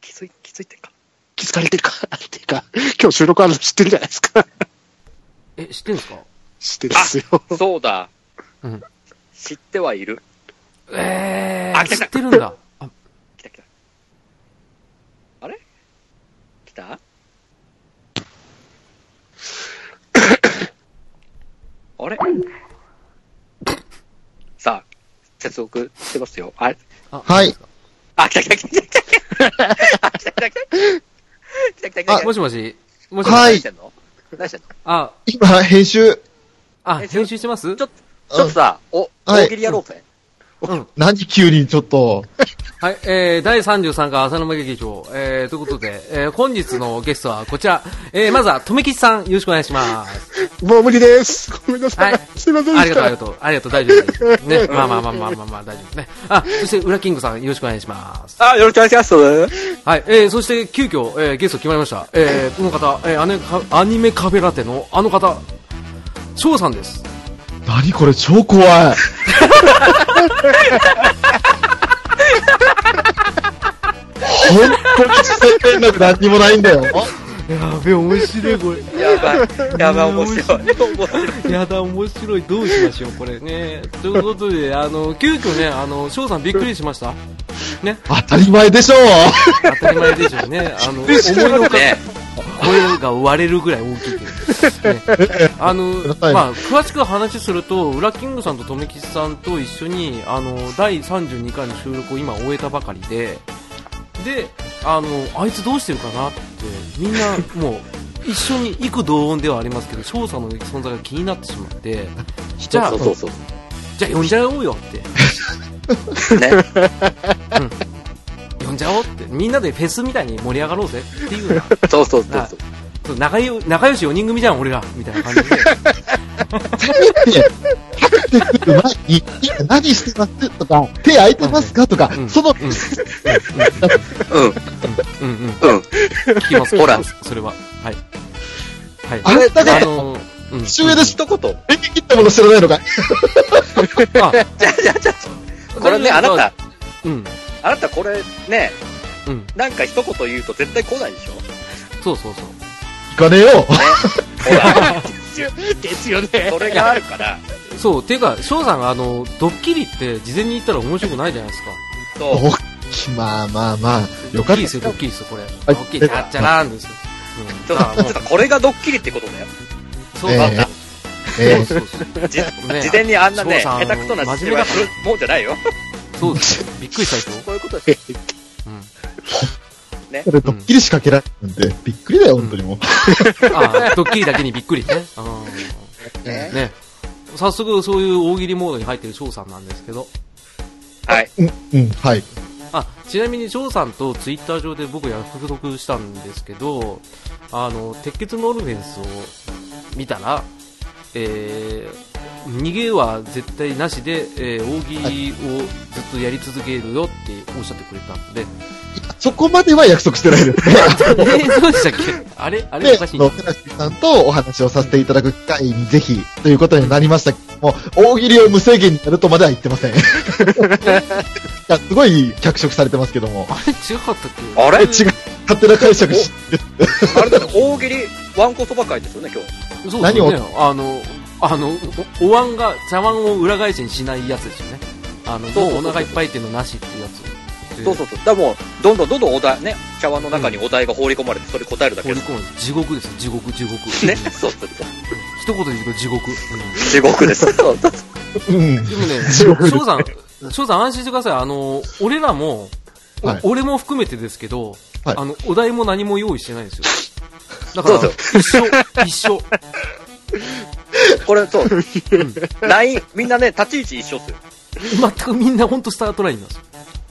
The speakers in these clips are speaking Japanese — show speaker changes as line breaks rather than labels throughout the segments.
つい、気づいてるか。
気づかれてるかっていうか、今日収録あるの知ってるじゃないですか。
え、知ってんすか
知ってるんですよ。
そうだ。
うん。
知ってはいる。
え
あ
ー、
来た来
知
た
ってるんだ。あ、
来た来た。あれ来たあれさあ、接続してますよ。あれ
あ
はい。
あ、来た来た来た来た来た来た来た来た来た来た来た来た来た来た
もしもしもしもし
は
何
い
してんの何してんの
あ、
今、編集、
あ、
え
編集してます
ちょっと、ちょっとさ、お、
はい
大喜利やろうぜ。
うん。
何急にちょっと、
はい、えー、第33回浅沼劇場、えー、ということで、えー、本日のゲストはこちら、えー、まずは、とめきちさん、よろしくお願いします。
もう無理です。ごめんなさい。
はい
すいません
あ
で
り
し
がとう、あ
た
りが。とう、ありがとう、大丈夫です。 ね、まあまあまあまあまあまあ、大丈夫ですね。あ、そして、ウラキングさん、よろしくお願いします。
あ、よろしくお願いします。
はい、えー、そして、急遽、えー、ゲスト決まりました。えー、この方、えー、アニメカアニメカフェラテの、あの方、翔さんです。
何これ超怖い。本当に実践力何にもないんだよ。
やべ、面白い、これ。
やばい。やばい、面白い。面白い。
やだ、面白い。どうしましょう、これね。ということで、あの、急遽ね、あの、翔さんびっくりしました。ね、
当たり前でしょ
当たり前でしょうね。あの、思いのほか
ね
声が割れるぐらい大きい っていう、ね。あの、まあ、詳しく話すると、ウラキングさんと留吉さんと一緒に、あの、第32回の収録を今終えたばかりで、で、あの、あいつどうしてるかなって、みんなもう、一緒に幾同音ではありますけど、翔さんの存在が気になってしまって、じゃあ
そう、そうそう。
じゃあ呼んじゃおうよって。
ね。
呼んじゃおうって。みんなでフェスみたいに盛り上がろうぜっていうような。
そうそうそうそう。
そう仲よ仲良し4人組じゃん、俺ら。みたいな感じで。
って、立ってくる前に、今何してますとか、手空いてますかとか
う、ん
その、
うん
うん。
うんう
う
ん。
ん。
聞きます、
ほら
聞きますそれは。はい。はい。
あれ、だか
あ
ら、
のー、うん
父親で
一言。
演劇切ったもの知らないのか。
あ、
じゃあじゃあじゃあこれね、あなた、
うん。
あなたこれね、
うん。
なんか一言言うと絶対来ないでしょ
そうそうそう。
行かねえよ。
ほら、
ですよね。
それがあるから、
そう、っていうか、翔さん、あの、ドッキリって事前に言ったら面白くないじゃないですか。
そう。
まあまあまあ、
ド
よ
ッ
か
キ
った
リですよ、ドッキリですよ、これ。ドッキリ、
出た
やっちゃらーんですよ。うん。
ちょ
だからも
っとこれがドッキリってことだよ。
う、そうなんだ。
ええ
そうそうそう。
じ
ね
事前にあんなね、
翔さん
下手くそな
真
姿
面
勢
目
は
だ
するもんじゃないよ。
そうです。びっくりしたでしょ
そういうことです。
うん。
それドッキリしかけられるんで、びっくりだよ、本当にもう。
あードッキリだけにびっくりね。うん
ね
ね。早速、そういう大喜利モードに入ってる翔さんなんですけど。
はい。
うん、うん、はい。
あ、ちなみに翔さんとツイッター上で僕約束したんですけど、あの、鉄血のオルフェンスを見たら、えー、逃げは絶対なしで、えー、大喜利をずっとやり続けるよっておっしゃってくれたんで、
そこまでは約束してないですね。
え そうでしたっけあれあれ
で、
おかしい
の、寺師さんとお話をさせていただく機会にぜひ、ということになりましたけども、大喜利を無制限にやるとまでは言ってません。いや、すごい脚色されてますけども。
あれ違かったっけ
あ
え、
れ
違う、勝手な解釈し、
あれだね、大喜利ワンコそば会ですよね、今日。
そうです
何
よ
を
ね。あの、あの、おお椀が茶碗を裏返しにしないやつですよね。あの、
そうそう
も
そう
うお腹いっぱいっていうのなしっていうやつ。
そうそうそう。だからもう、どんどんどんどんお題、ね、茶碗の中にお題が放り込まれて、それ答えるだけ
放
で
り
す。
込む地獄ですよ地獄地獄
ね
うん、
そうそうそう。
一言で言うと地獄、
地獄です。そうそう
うん。
で もね
地獄です
翔さん翔さん安心してくださいあの俺らも、お
はい
俺も含めてですけど、
はい
あのお題も何も用意してないんですよだから
そう
一緒一緒
これ、そう。LINE、みんなね、立ち位置一緒っすよ。
全くみんな本当スタートラインなんですよ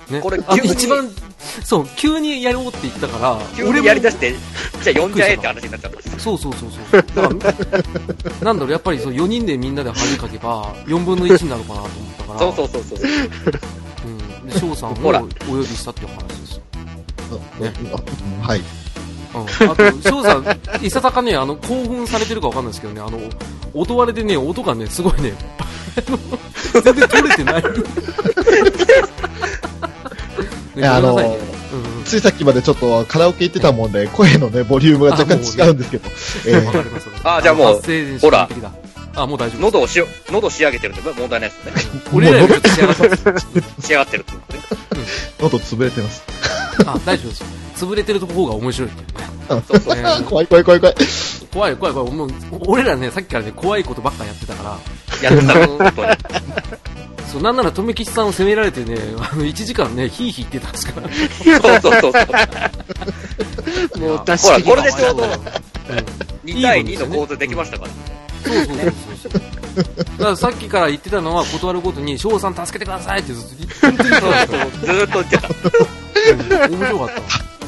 ね、
これ
あの
急に
一番そう急にやろうって言ったから
急にやりだ
し
して、じゃあ呼んじゃえって話になっちゃったんですよ。
そうそうそうそうだからなんだろうやっぱりそう4人でみんなで恥かけば4分の1になるかなと思ったから
そうそうそうそう。
うん、で翔さんを
ほら
お呼びしたっていう話ですよ。ね
うんはい。
うん、あと、翔さん、いささかね、あの、興奮されてるかわかんないですけどね、あの、音割れでね、音がね、すごいね、 あの全然取れてない。ね、
いやあの
ごめんなさいねうんうん。
ついさっきまでちょっとカラオケ行ってたもんで、声のね、ボリュームが若干違うんですけど、え
わ
ー
かります。
あじゃあもう
発声練習
ほら
的だ。あ、もう大丈夫。
喉をしよ、喉仕上げてるって問題ないですね。
俺らよりちょっと仕上がってます。
仕上がってるってことね。
喉潰れてます。
あ、大丈夫です。潰れてるとこ方が面白いっていうね。
そうそう。
えー
怖い怖い怖い怖い。
怖い怖い怖い。もう、俺らね、さっきからね、怖いことばっかやってたか
やってた本当に。
ら、そう、なんなら、とめきちさんを責められてね、 あの、1時間ね、ヒーヒー言ってたんですから。
そうそうそうそう。
もう出し
ほら、
切り
こ
が
れでちょうど
い
2
いも
対
んです
2
ね
の構図できましたから。
そうそうそうそう。だからさっきから言ってたのは、断るごとに、翔さん助けてくださいってずっと言ってたんだ
そうそうずーっと言ってた。
から、うん面白かった。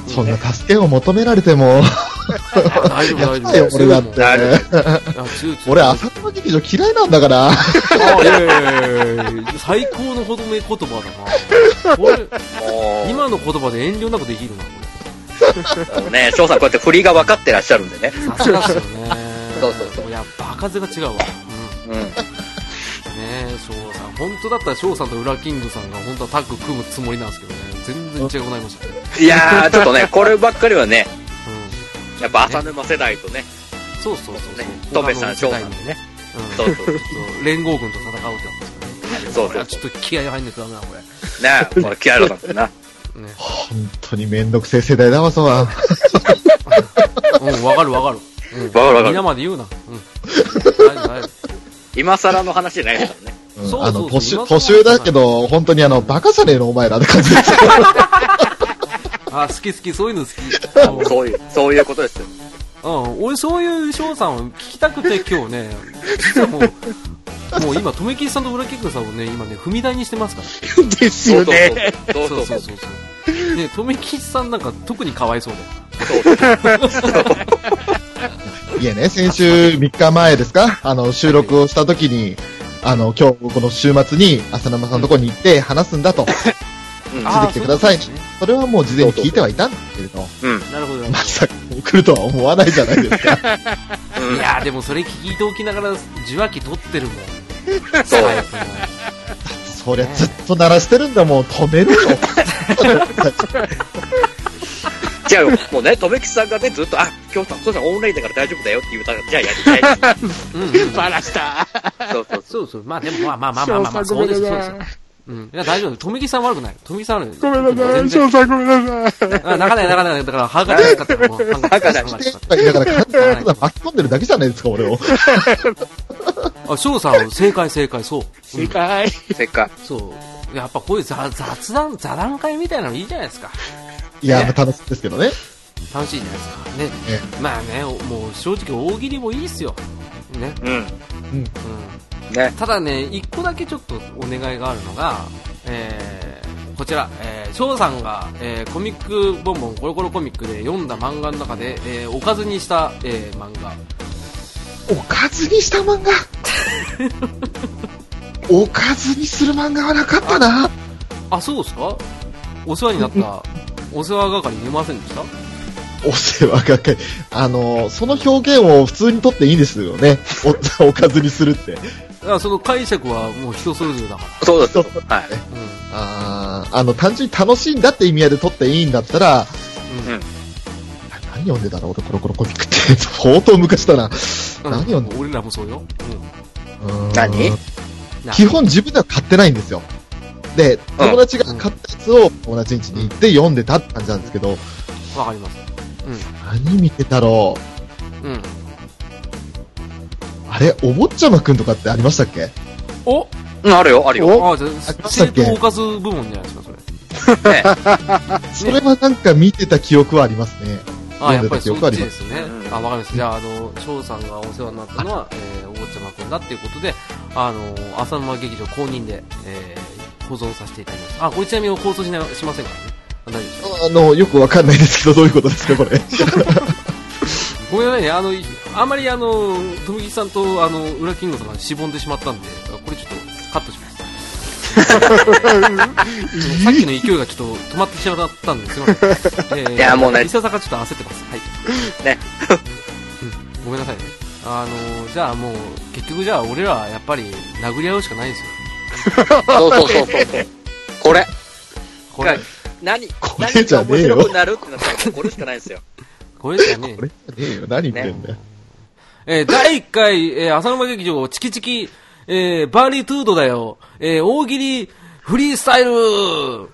そんな助けを求められても、
あ大丈夫、大
だ
丈
よ
夫。
俺だって。
なる
あ強い強い
俺、浅沼劇場嫌いなんだから。
あいやいやいやいや最高のほどめ言葉だな。これ、
も
今の言葉で遠慮なくできるな、こ
う、もうね、翔さんこうやって振りが分かってらっしゃるんでね。
れ。さすがっすよね。
そうそうそう
もやっぱ、風が違うわ。うん。
うん。
ねえ、翔さん。本当だったら翔さんとウラキングさんが本当はタッグ組むつもりなんですけどね。全然違くなりましたね。
いやー、ちょっとね、こればっかりはね、
うん。
やっぱ浅沼世代とね、
そうそうそうそう
ね。トメさん
後
翔
半
さ
の
ん
世
で
代に
ね。
うん。
そうそう。
ちょっと連合軍と戦うってなったんですけどね。
そう
これ
そ
は
う
ち。ょっと気合入んないとダメだな、これ。
ねえ、このキアロさんってな。
ね。
本当にめんどくせえ世代だわ、そうは。
うん、わかるわかる。うん。
わかるわか
皆
る。
まで言うな。うん。大丈夫大丈夫。
今更の話じゃないですからね。
うん
そうそう
あの、年
今、更
年上だけど、本当にあの、バカじゃねえの、お前らって感じです。
あ、好き好き、そういうの好き。
そういう、そういうことですよ。
うん、俺そういう翔さんを聞きたくて今日ね、実 はもう、もう今、とめきさんと裏キックさんをね、今ね、踏み台にしてますから。
ですよね。
そう
そ
そううそ
そう
う。
そうそう。ね、とめきさんなんか特にかわいそうだ
いやね、先週3日前ですかあの、収録をした時に、あの、今日、この週末に、浅沼さんのとこに行って話すんだと。
うん
よ。
てきてください
あーそううこ
それはもう事前に聞いてはいたんだけれど、
うん。
とねなるほどなる
ま
ほ
さか来るとは思わないじゃないですか。
ど。
う
い
ん。
やーでもそれ聞いておきながら、受話器取ってるもん。
そう。
早くも
そりゃずっと鳴らしてるんだもん、止めるよ。
じゃあ、もうね、とめきさんがね、ずっと、あ、今日さん、そうさんオンラインだから大丈夫だよって言うたら、じゃあやりたい。
うんうん。
バラした。
そうそうそう。
そうそう。まあでも、まあまあまあまあまあ、そうです、そうです。うん。いや、大丈夫。とめきさん悪くない。とめきさん悪く
ご
ない。
めんなさ
全
い、
然
翔さんごめんなさい。
あ泣かない、泣かない。だから、歯が出なかったらもう、歯が出なかったら。
だから、完全にただ巻き込んでるだけじゃないですか、俺 を。
あ、翔さん、正解、正解、そう。
正解。
せっか
そう。やっぱこういうざ雑談、座談会みたいなのいいじゃないですか。
いや、まあ楽しいですけどね。
楽しいじゃないです
え
か。ね。まあね、おもう正直大喜利もいいっすよ。ね。
うん。
う
ね
ん。。ただね、一個だけちょっとお願いがあるのが、えー、こちら、えー、翔さんが、えー、コミックボンボンコロコロコミックで読んだ漫画の中で、えー、おかずにした、えー、漫画。
おかずにした漫画 おかずにする漫画はなかったな。
あ、そうですかお世話に なった、お世話係見ませんでした
お世話がけ。あの、その表現を普通にとっていいんですよね。お おかずにするって。
あその解釈はもう人それぞれだか
そうです。はい。
ら。うん。
あーあの、単純に楽しいんだって意味合いでとっていいんだったら、
うん
あ何読んでたの俺コロコロコミックって。相当昔だな。
うん
何読んで
俺らもそうよ。
うーん
何
うん。
基本自分では買ってないんですよ。で、友達が買ったやつを友達ん家に行って読んでたって感じなんですけど、
わかります。
何見てたろう
うん。
あれ、お坊ちゃまくんとかってありましたっけ
お
うん、あるよ、あるよ。
あ、じゃ
あり
あ、
ました
正
っけ
当おかず部門じゃないですか、それ。
ね。
それはなんか見てた記憶はありますね。
あ、や
読
っ
んでた記
ぱりそ
憶あ
っち
りま。
ですすね
う。ん
あ、わかります。じゃあ、あの、翔さんがお世話になったのは、えー、お坊ちゃまくんだっていうことで、あの、浅沼劇場公認で、えー、保存させていただきます。あ、これちなみに放送しなしませんからね。あ大丈夫です。
あの、よくわかんないですけど、どういうことですか、こ れ。
ごめんなさいね、あの、いあんまりあの、富木さんと、あの、裏キングさんがしぼんでしまったんで、これちょっとカットし ます。さっきの勢いがちょっと止まってしまったんですよ。 えー
いやもうね
いささかちょっと焦ってます。はい。
ね。
うん、ごめんなさいね。あの、じゃあもう、結局じゃあ俺らはやっぱり殴り合うしかないんですよ。
そうそうそうそう。これ。
これ、
何、
これ
何
じ
が
ゃね
面
えよ
白くなるってなったら、これしかないんですよ。
これですかね
こ。れじゃねえよ。何言ってんだよ。
えー第1回、えー浅沼劇場、チキチキ、えーバーリートゥードだよ。えー大喜利、フリースタイル
イェ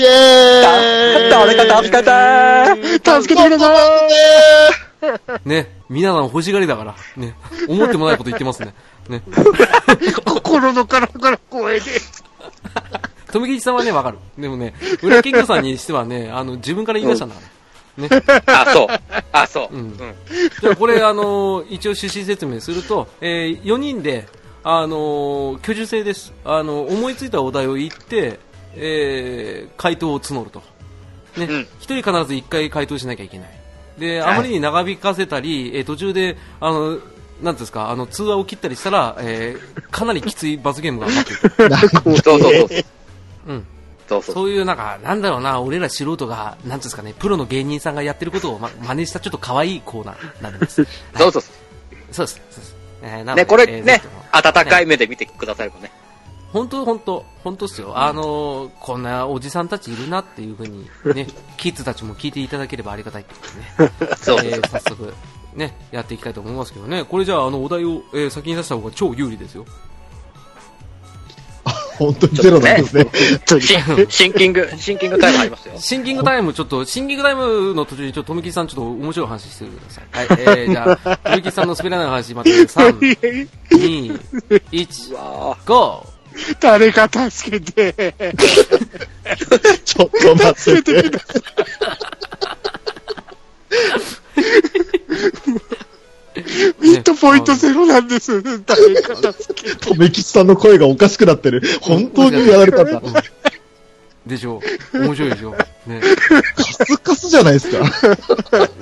ーイ
誰か助けてー
助けてください
ね、皆さん欲しがりだから、ね、思ってもないこと言ってますね。ね、
心の殻から声で。
富吉さんはね、わかる。でもね、裏キングさんにしてはね、あの、自分から言い出したんだから。
あ、そう。あ、そう。
う
うんん。
じゃあこれ、あのー一応趣旨説明すると、え4人で、あのー居住制です。あのー思いついたお題を言って、えー回答を募ると。ね、
うん
一人必ず1回回答しなきゃいけない。で、あまりに長引かせたり、えー途中で、あのなんていうんですか、あの、通話を切ったりしたら、えーかなりきつい罰ゲームが待ってい る。
そうそうそう。
うん。
そうそう。
そういう、なんか、なんだろうな、俺ら素人が、なんていうんですかね、プロの芸人さんがやってることを、ま、真似したちょっと可愛いコーナーになるんです。
そうそうそ
そうです。そうですえーな
う。
ので
ね、これ
えーぜ
ね
ひとも、
温かい目で見てくださればね。
本当、本当、本当っすよ。あのーこんなおじさんたちいるなっていうふうに、ね、キッズたちも聞いていただければありがたいってことね。
そうそう
え
そう
ー早速、ね、やっていきたいと思いますけどね。これじゃあ、あの、お題を、えー先に出した方が超有利ですよ。
本当にゼロなんですね。
シンシンキング、シンキングタイムありますよ。
シンキングタイム、ちょっと、シンキングタイムの途中に、ちょっと、富木さん、ちょっと面白い話してください。はい、えー、じゃあ、富木さんの滑らない話、また、3、2、
う
1、
わ
ゴー
誰か助けて。
ちょっと待って。
ミッドポイントゼロなんです。誰か助けて。
とめきちさんの声がおかしくなってる。本当にやられたんだ。
でしょう。面白いでしょう。ね。
カスカスじ ゃないですか。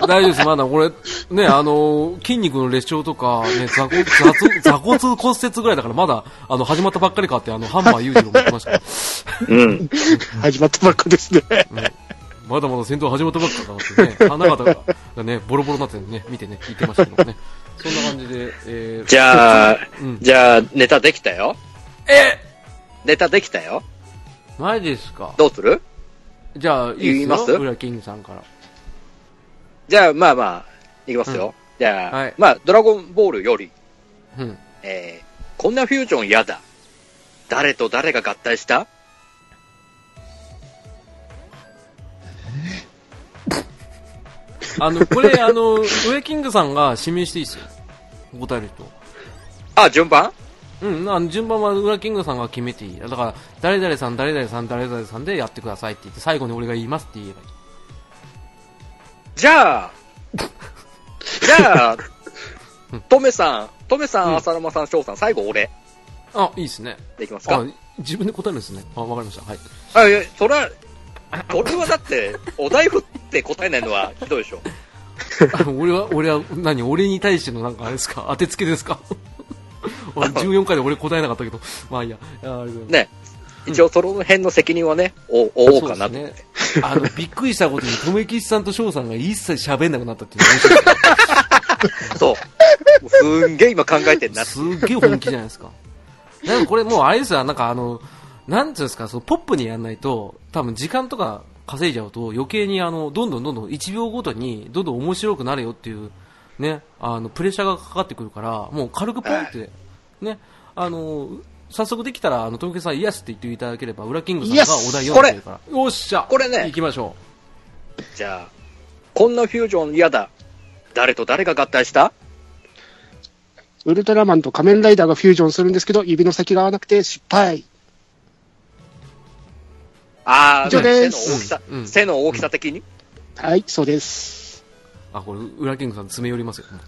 大丈夫です、まだこれ、ね、あのー筋肉の裂傷とか、ね、座骨、座骨座骨骨折ぐらいだから、まだ、あの、始まったばっかりかって、あの、ハンマー裕次郎も言ってましたから、
ーうん。
始まったばっかですね。
まだまだ戦闘始まったばっかりかってね、花形がね、ボロボロになってね、見てね、言ってましたけどね。そんな感じで、えー、
じゃあ
うん、
じゃあ、ネタできたよ。
え
ネタできたよ。
マジですか
どうする
じゃあ、いい
言い
で
ますす
よ、裏キングさんから。
じゃあ、まあまあ、いきますよ。じゃあ、
はい
まあ、ドラゴンボールより、
うん。
えー、こんなフュージョン嫌だ。誰と誰が合体した
あの、これ、あの、裏キングさんが指名していいですよ。答える人。
あ、順番
うん、あの順番は裏キングさんが決めていい。だから、誰々さん、誰々さん、誰々さんでやってくださいって言って、最後に俺が言いますって言えばいい。
じゃあ、じゃあ、トメさん、トメさ
うん
ん、浅沼さん、翔さん、最後俺、
あ、いいですね。
できます
あ
か、
自分で答えるんですね。あ、わかりました。はい。
あ、いや、それは、俺はだって、お題振って答えないのはひどいでしょ。
あ俺は、俺は、何俺に対してのなんかあれですか当てつけです か俺14回で俺答えなかったけど、まあいいや。あありがとうございます
ね。一応、その辺の責任はね、お負おうかなと
そう
思っ
で
て。
すね。あの、びっくりしたことに、とめきさんと翔さんが一切喋んなくなったっていうのが面白い
そう,、もうすんげえ今考えてんなって。
すっげえ本気じゃないです か。でもこれもうあれですよ、なんかあの、なんていうんですか、そのポップにやんないと、多分時間とか稼いじゃうと余計にあの、どんどんどんどん1秒ごとに、どんどん面白くなるよっていう、ね、あの、プレッシャーがかかってくるから、もう軽くポンって、ね、あの、早速できたら、あの、とみけさん、イエスって言っていただければ、裏キングさんがお題読んでくれるから。よっしゃ
これね
行きましょ
じゃあ、こんなフュージョン嫌だ。誰と誰が合体した
ウルトラマンと仮面ライダーがフュージョンするんですけど、指の先が合わなくて失敗。
ああ、
以上
背
で
の
す
大きさ、
うんうん
背の大きさ的に、
はい、そうです。
う。あ、これ、裏キングさん詰め寄りますよ、もっ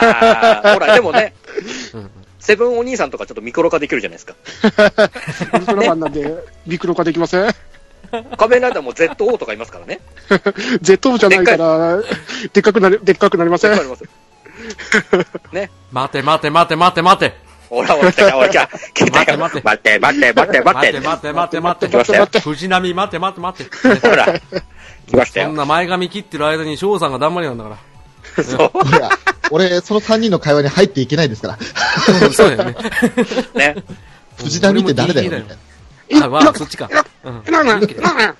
と
あ あ、ほら、でもね、
うんうん
セブンお兄さんとかちょっとミクロ化できるじゃないですか。
ウルトラマンなんで、ビクロ化できません
仮面ライダーも ZO とかいますから ね。
?ZO じゃないから、でっかくなり、でっかくなりませ
わ
ん
か。ります。
待て待て待て待て待て
ほら、ほら、来たか、ほら、来た。来たか。
待って
待って、待って、待って、待
待
って
て。待て待て待
来ました
て
よ
待て藤波待て待て待て
ほら、来ました
そん
よ。
な前髪切ってる間に翔さんがだんまりなんだか
そ
いや、俺、その3人の会話に入っていけないですから。
ら。そうだよね。
うね。
藤波って誰だよ、みたいな。
あ、まあ、そっちか。うん。
なんなんなんなん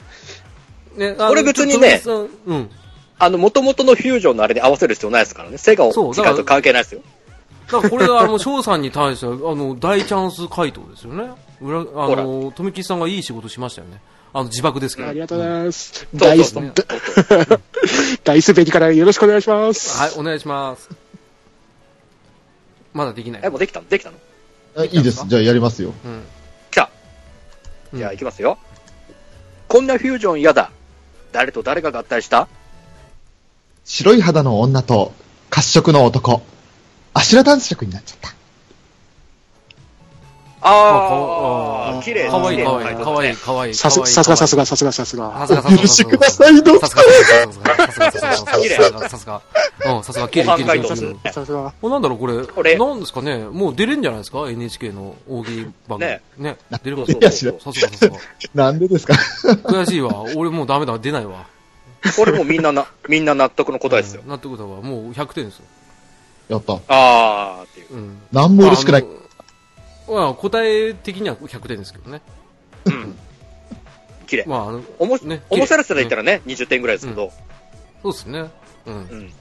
ね、あの
これ別にね
ちょっと富士山うん。
あの、元々のフュージョンのあれに合わせる必要ないですからね。セガを
そう
使
だから
うと関係ないですよ。
だからこれはあの翔さんに対してはあの大チャンス回答ですよね。裏あ
ほら
の富木さんがいい仕事しましたよね。あの自爆ですけど。
ありがとうございます。
そ
大
う
大
そうそう。
大滑りからよろしくお願いします。
はいお願いします。まだできない。
え、もうできたのできたの
あいいです。じゃあやりますよ。
うん。
来た。
うん
じゃあ、行きますよ。こんなフュージョン嫌だ。誰と誰が合体した
白い肌の女と褐色の男。あしら男爵になっちゃった。
あ
あ
ー、綺麗
かわいいかわいい
綺麗
かわいいかわいい。
さす、さすがさすがさすがさす
さ
が。
すが
お許しくださいどうぞ
さすがさすがさすがさすがさすがうんさすが綺麗綺麗
ご
綺
さ
飯
す
会
麗
と
が、さすが。
おなんだろうこれ
これ
なんですかねもう出れんじゃないですか NHK の大喜利番組
ね
ね出れ
そう
ま
そ
す
う
いや知らん
さすがさすが
なんでですか
悔しいわ俺もうダメだ出ないわ
これもうみん なな、みんな納得の答えですよ。
うんなってことはもう100点ですよ
やった。
あーっていう。
うん
なんも嬉しくない。
あのまあ答え的には100点ですけどね
うん。綺麗。
まああの
おも、
ね
面白さで言ったらね、20点ぐらいですけど。
そうですねうん
うん。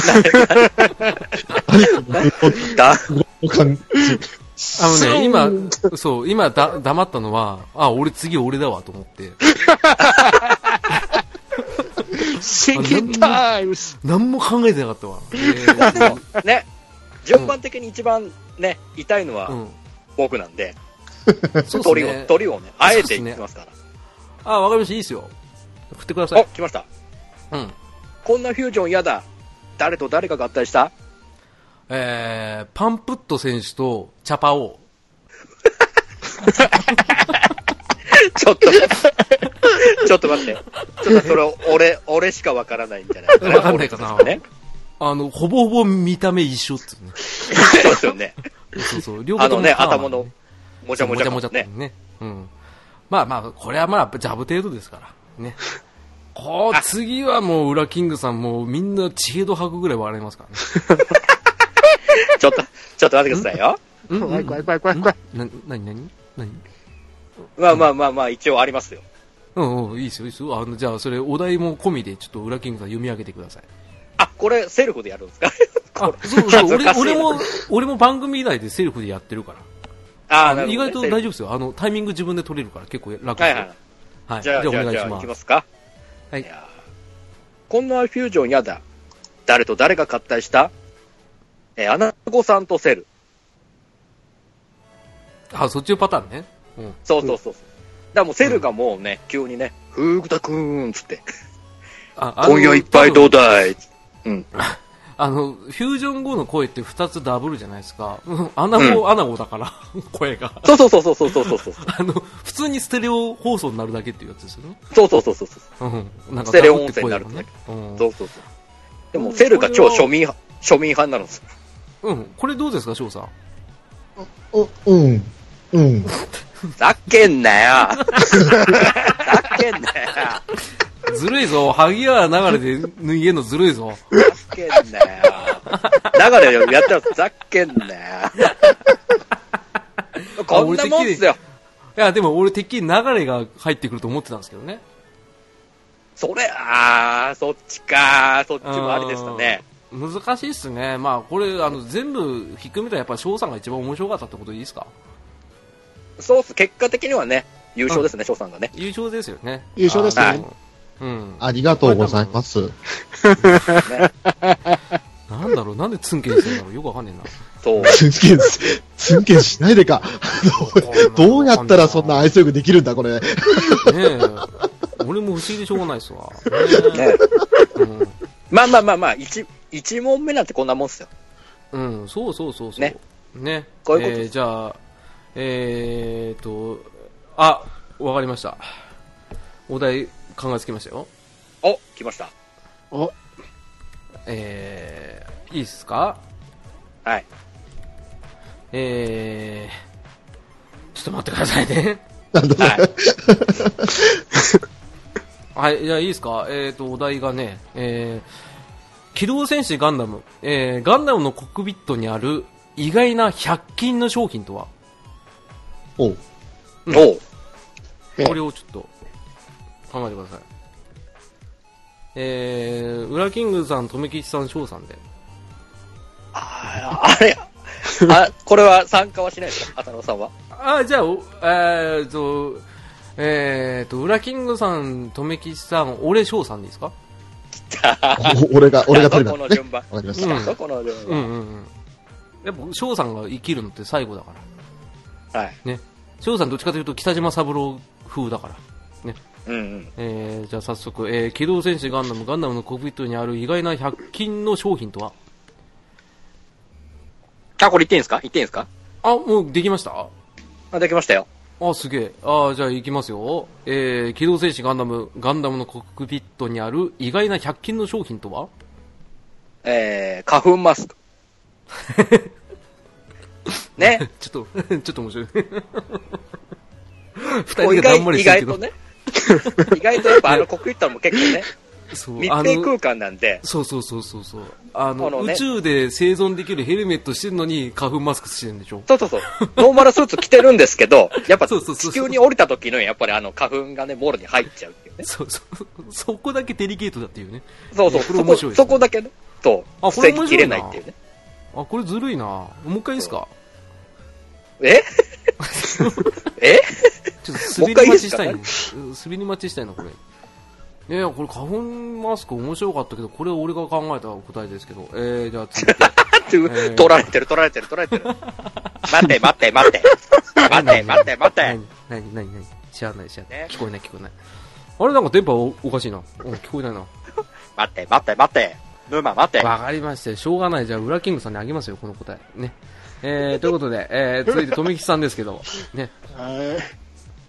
だ、
あのね、今、そう、今だ、黙ったのは、あ、俺次俺だわと思って、
シンキンタイムス
何も考えてなかったわ。え
まあで
ー
も、ね、順番的に一番ね、痛いの
う
は
ん。
僕なんで、
そうっす
鳥
ね
を、。鳥をね、あえて言ってますから。
あ、わかりました。いいっすよ。振ってくださ
あ
い。、
来ました。
うん。
こんなフュージョン嫌だ。誰と誰が合体した
えー、パンプット選手とチャパオ。
ちょっと、 ちょっと待って。ちょっとそれ、俺、俺しかわからないんじゃないかな。
わかんないかな
俺ですね。
あの、ほぼほぼ見た目一緒っつうね。
そうですよ ね。
そうそう。両
あ
方
の
とも
ね、
パーマ
頭の、もちゃもちゃ感
もちゃもちゃっ
ね
て。ね。うん。まあまあ、これはまあ、ジャブ程度ですから。ね。こう、次はもう、裏キングさんもう、みんな、チヘド吐くぐらい笑いますからね。
ちょっと、ちょっと待ってくださいよ。
うん
怖い怖い怖い怖い怖い。
な、なになになに
まあまあまあまあ、一応ありますよ。
うんうん、いいですよ、いいですよ。あの、じゃあ、それ、お題も込みで、ちょっと、裏キングさん読み上げてください。
あ、これ、セルフでやるんですか
あ、そうそう、
恥ず
俺
かしい
俺も、俺も番組以外でセルフでやってるから。
あ
あ
ーな
の
る
意
ほどね
外と大丈夫ですよ。あの、タイミング自分で取れるから、結構楽です
は
よ。
いはい。
はい。
じゃあ、じゃ
お
あ、
願い
じ
し
ゃあ、
ま
い
す
きますか。
はい
やーこんなフュージョン嫌だ。誰と誰が合体したえー、アナゴさんとセル。
あ、そっちのパターンね。うん。
そうそうそう。だからもうセルがもうね、急にね、ふうぐたくーんっつって、
ああの
今夜いっぱいどうだい
あの、フュージョン後の声って2つダブルじゃないですか。 うんアナゴ、アナゴだから、 声が。
そうそうそうそうそうそうそうそう。
あの、普通にステレオ放送になるだけっていうやつですよね。
そうそうそうそうそう。
うん。なんか
ステレオ音声になる
ダブって声がね。うん
そうそうそう。でもセルが超庶民派、庶民派になるんですよ。
うん。これどうですか、翔さん。
おうん。うん。
ふざけんなよふざけんなよ
ずるいぞ。萩原流れで脱げんのずるいぞ。
ふざけんなよ流れよやったらふざけんなよこんなもんっすよ
いや、でも俺てっきり流れが入ってくると思ってたんですけどね。
それ、あー、そっちかー、そっちもありでしたね。
難しいっすね。まあ、これ、あの、全部ひっくるめたらやっぱ翔さんが一番面白かったってことでいいですか
そうっす、結果的にはね、優勝ですね、翔さんがね。
優勝ですよね。
優勝です
はい
ね。
あのうん。
ありがとうございます。
なんだろう、なんでツンケンしてるんだろう、よくわかんね
そう。
つんけん、つんけんしないでか。
えな。
どうやったらそんな愛想よくできるんだ、これ。
ねえ。俺も不思議でしょうがないっすわ。ね
ね
え
まあまあまあまあ、一、一問目なんてこんなもんっすよ。
うん、うん、そうそうそうそう。
ね。
ね。
こういうこと
えーじゃあ、えーと、あ、わかりました。お題考えつきましたよ。
お、来ました。
お、
えー、いいっすか
はい。
えー、ちょっと待ってくださいね。
なんだ
はい。
はい、じゃあいいですかえっ、ー、と、お題がね、えー、機動戦士ガンダム、えー、ガンダムのコックピットにある意外な100均の商品とは
おう
おう
ええ
これをちょっと考えてください。えー、ウラキングさん、とめきちさん、翔さんで。
ああれあ、これは参加はしないですか浅野さんは。
あ、じゃあ、おえーっと、えーっと、ウラキングさん、とめきちさん、俺、翔さんでいいですか
お俺が、俺が
ど
取 り
こ
ま
の
すね。
順番。
わかりまし
う
た。
ん
どこの順
う
番。
んうんうん。やっぱ、翔さんが生きるのって最後だから。
はい。
翔さんどっちかというと北島三郎風だから。
うんうん。
えー、じゃあ早速、えー、機動戦士ガンダム、ガンダムのコックピットにある意外な100均の商品とは
あ、これ言っていいんですか言っていいんですか
あ、もうできました
あ、できましたよ。
あ、すげえ。あ、じゃあ行きますよ。えー、機動戦士ガンダム、ガンダムのコックピットにある意外な100均の商品とは
えー、花粉マスク。 ね。
ちょっと、 ちょっと面白い。二
こう
人
意外
がだんまり
意
して
外
るけど。
とね。意外とやっぱあのコックピットも結構ね、
そう、
密
あ
閉
の、
空間なんで、
そうそうそうそうそう。あの、
あのね
宇宙で生存できるヘルメットしてるのに花粉マスクしてるんでしょ
そうそうそう、ノーマルスーツ着てるんですけ ど、やっぱ
そうそうそうそう
地球に降りた時のやっぱりあの花粉がね、ボロに入っちゃうっていうね。
そう そう。そこだけデリケートだっていうね。
そうそう、
いやこれ
そ
面
こ、
白いですね
そこだけね、と、
あこ
防
れ
ぎ
面白いな
きれないっていうね。
あ、これずるいな。もう一回いいですか
え え
ちょっと滑り待ちしたいね。うん滑り待ちしたいな、これ。ねえ、これ花粉マスク面白かったけど、これ俺が考えた答えですけど。えー、じゃあ続いて。ー
取られてる、取られてる、取られてる。待って、待って、待って。 待 って、待って、待って。
何何何何知らない知らない
ね。
聞こえない聞こえない。あれなんか電波おおかしいな。うん、聞こえないな。
待って、待って、待って。沼、待って。
わかりましたよ。しょうがない。じゃあ、ウラキングさんにあげますよ、この答え。ね。えー、ということで、えー、続いて、とめきさんですけど。ね。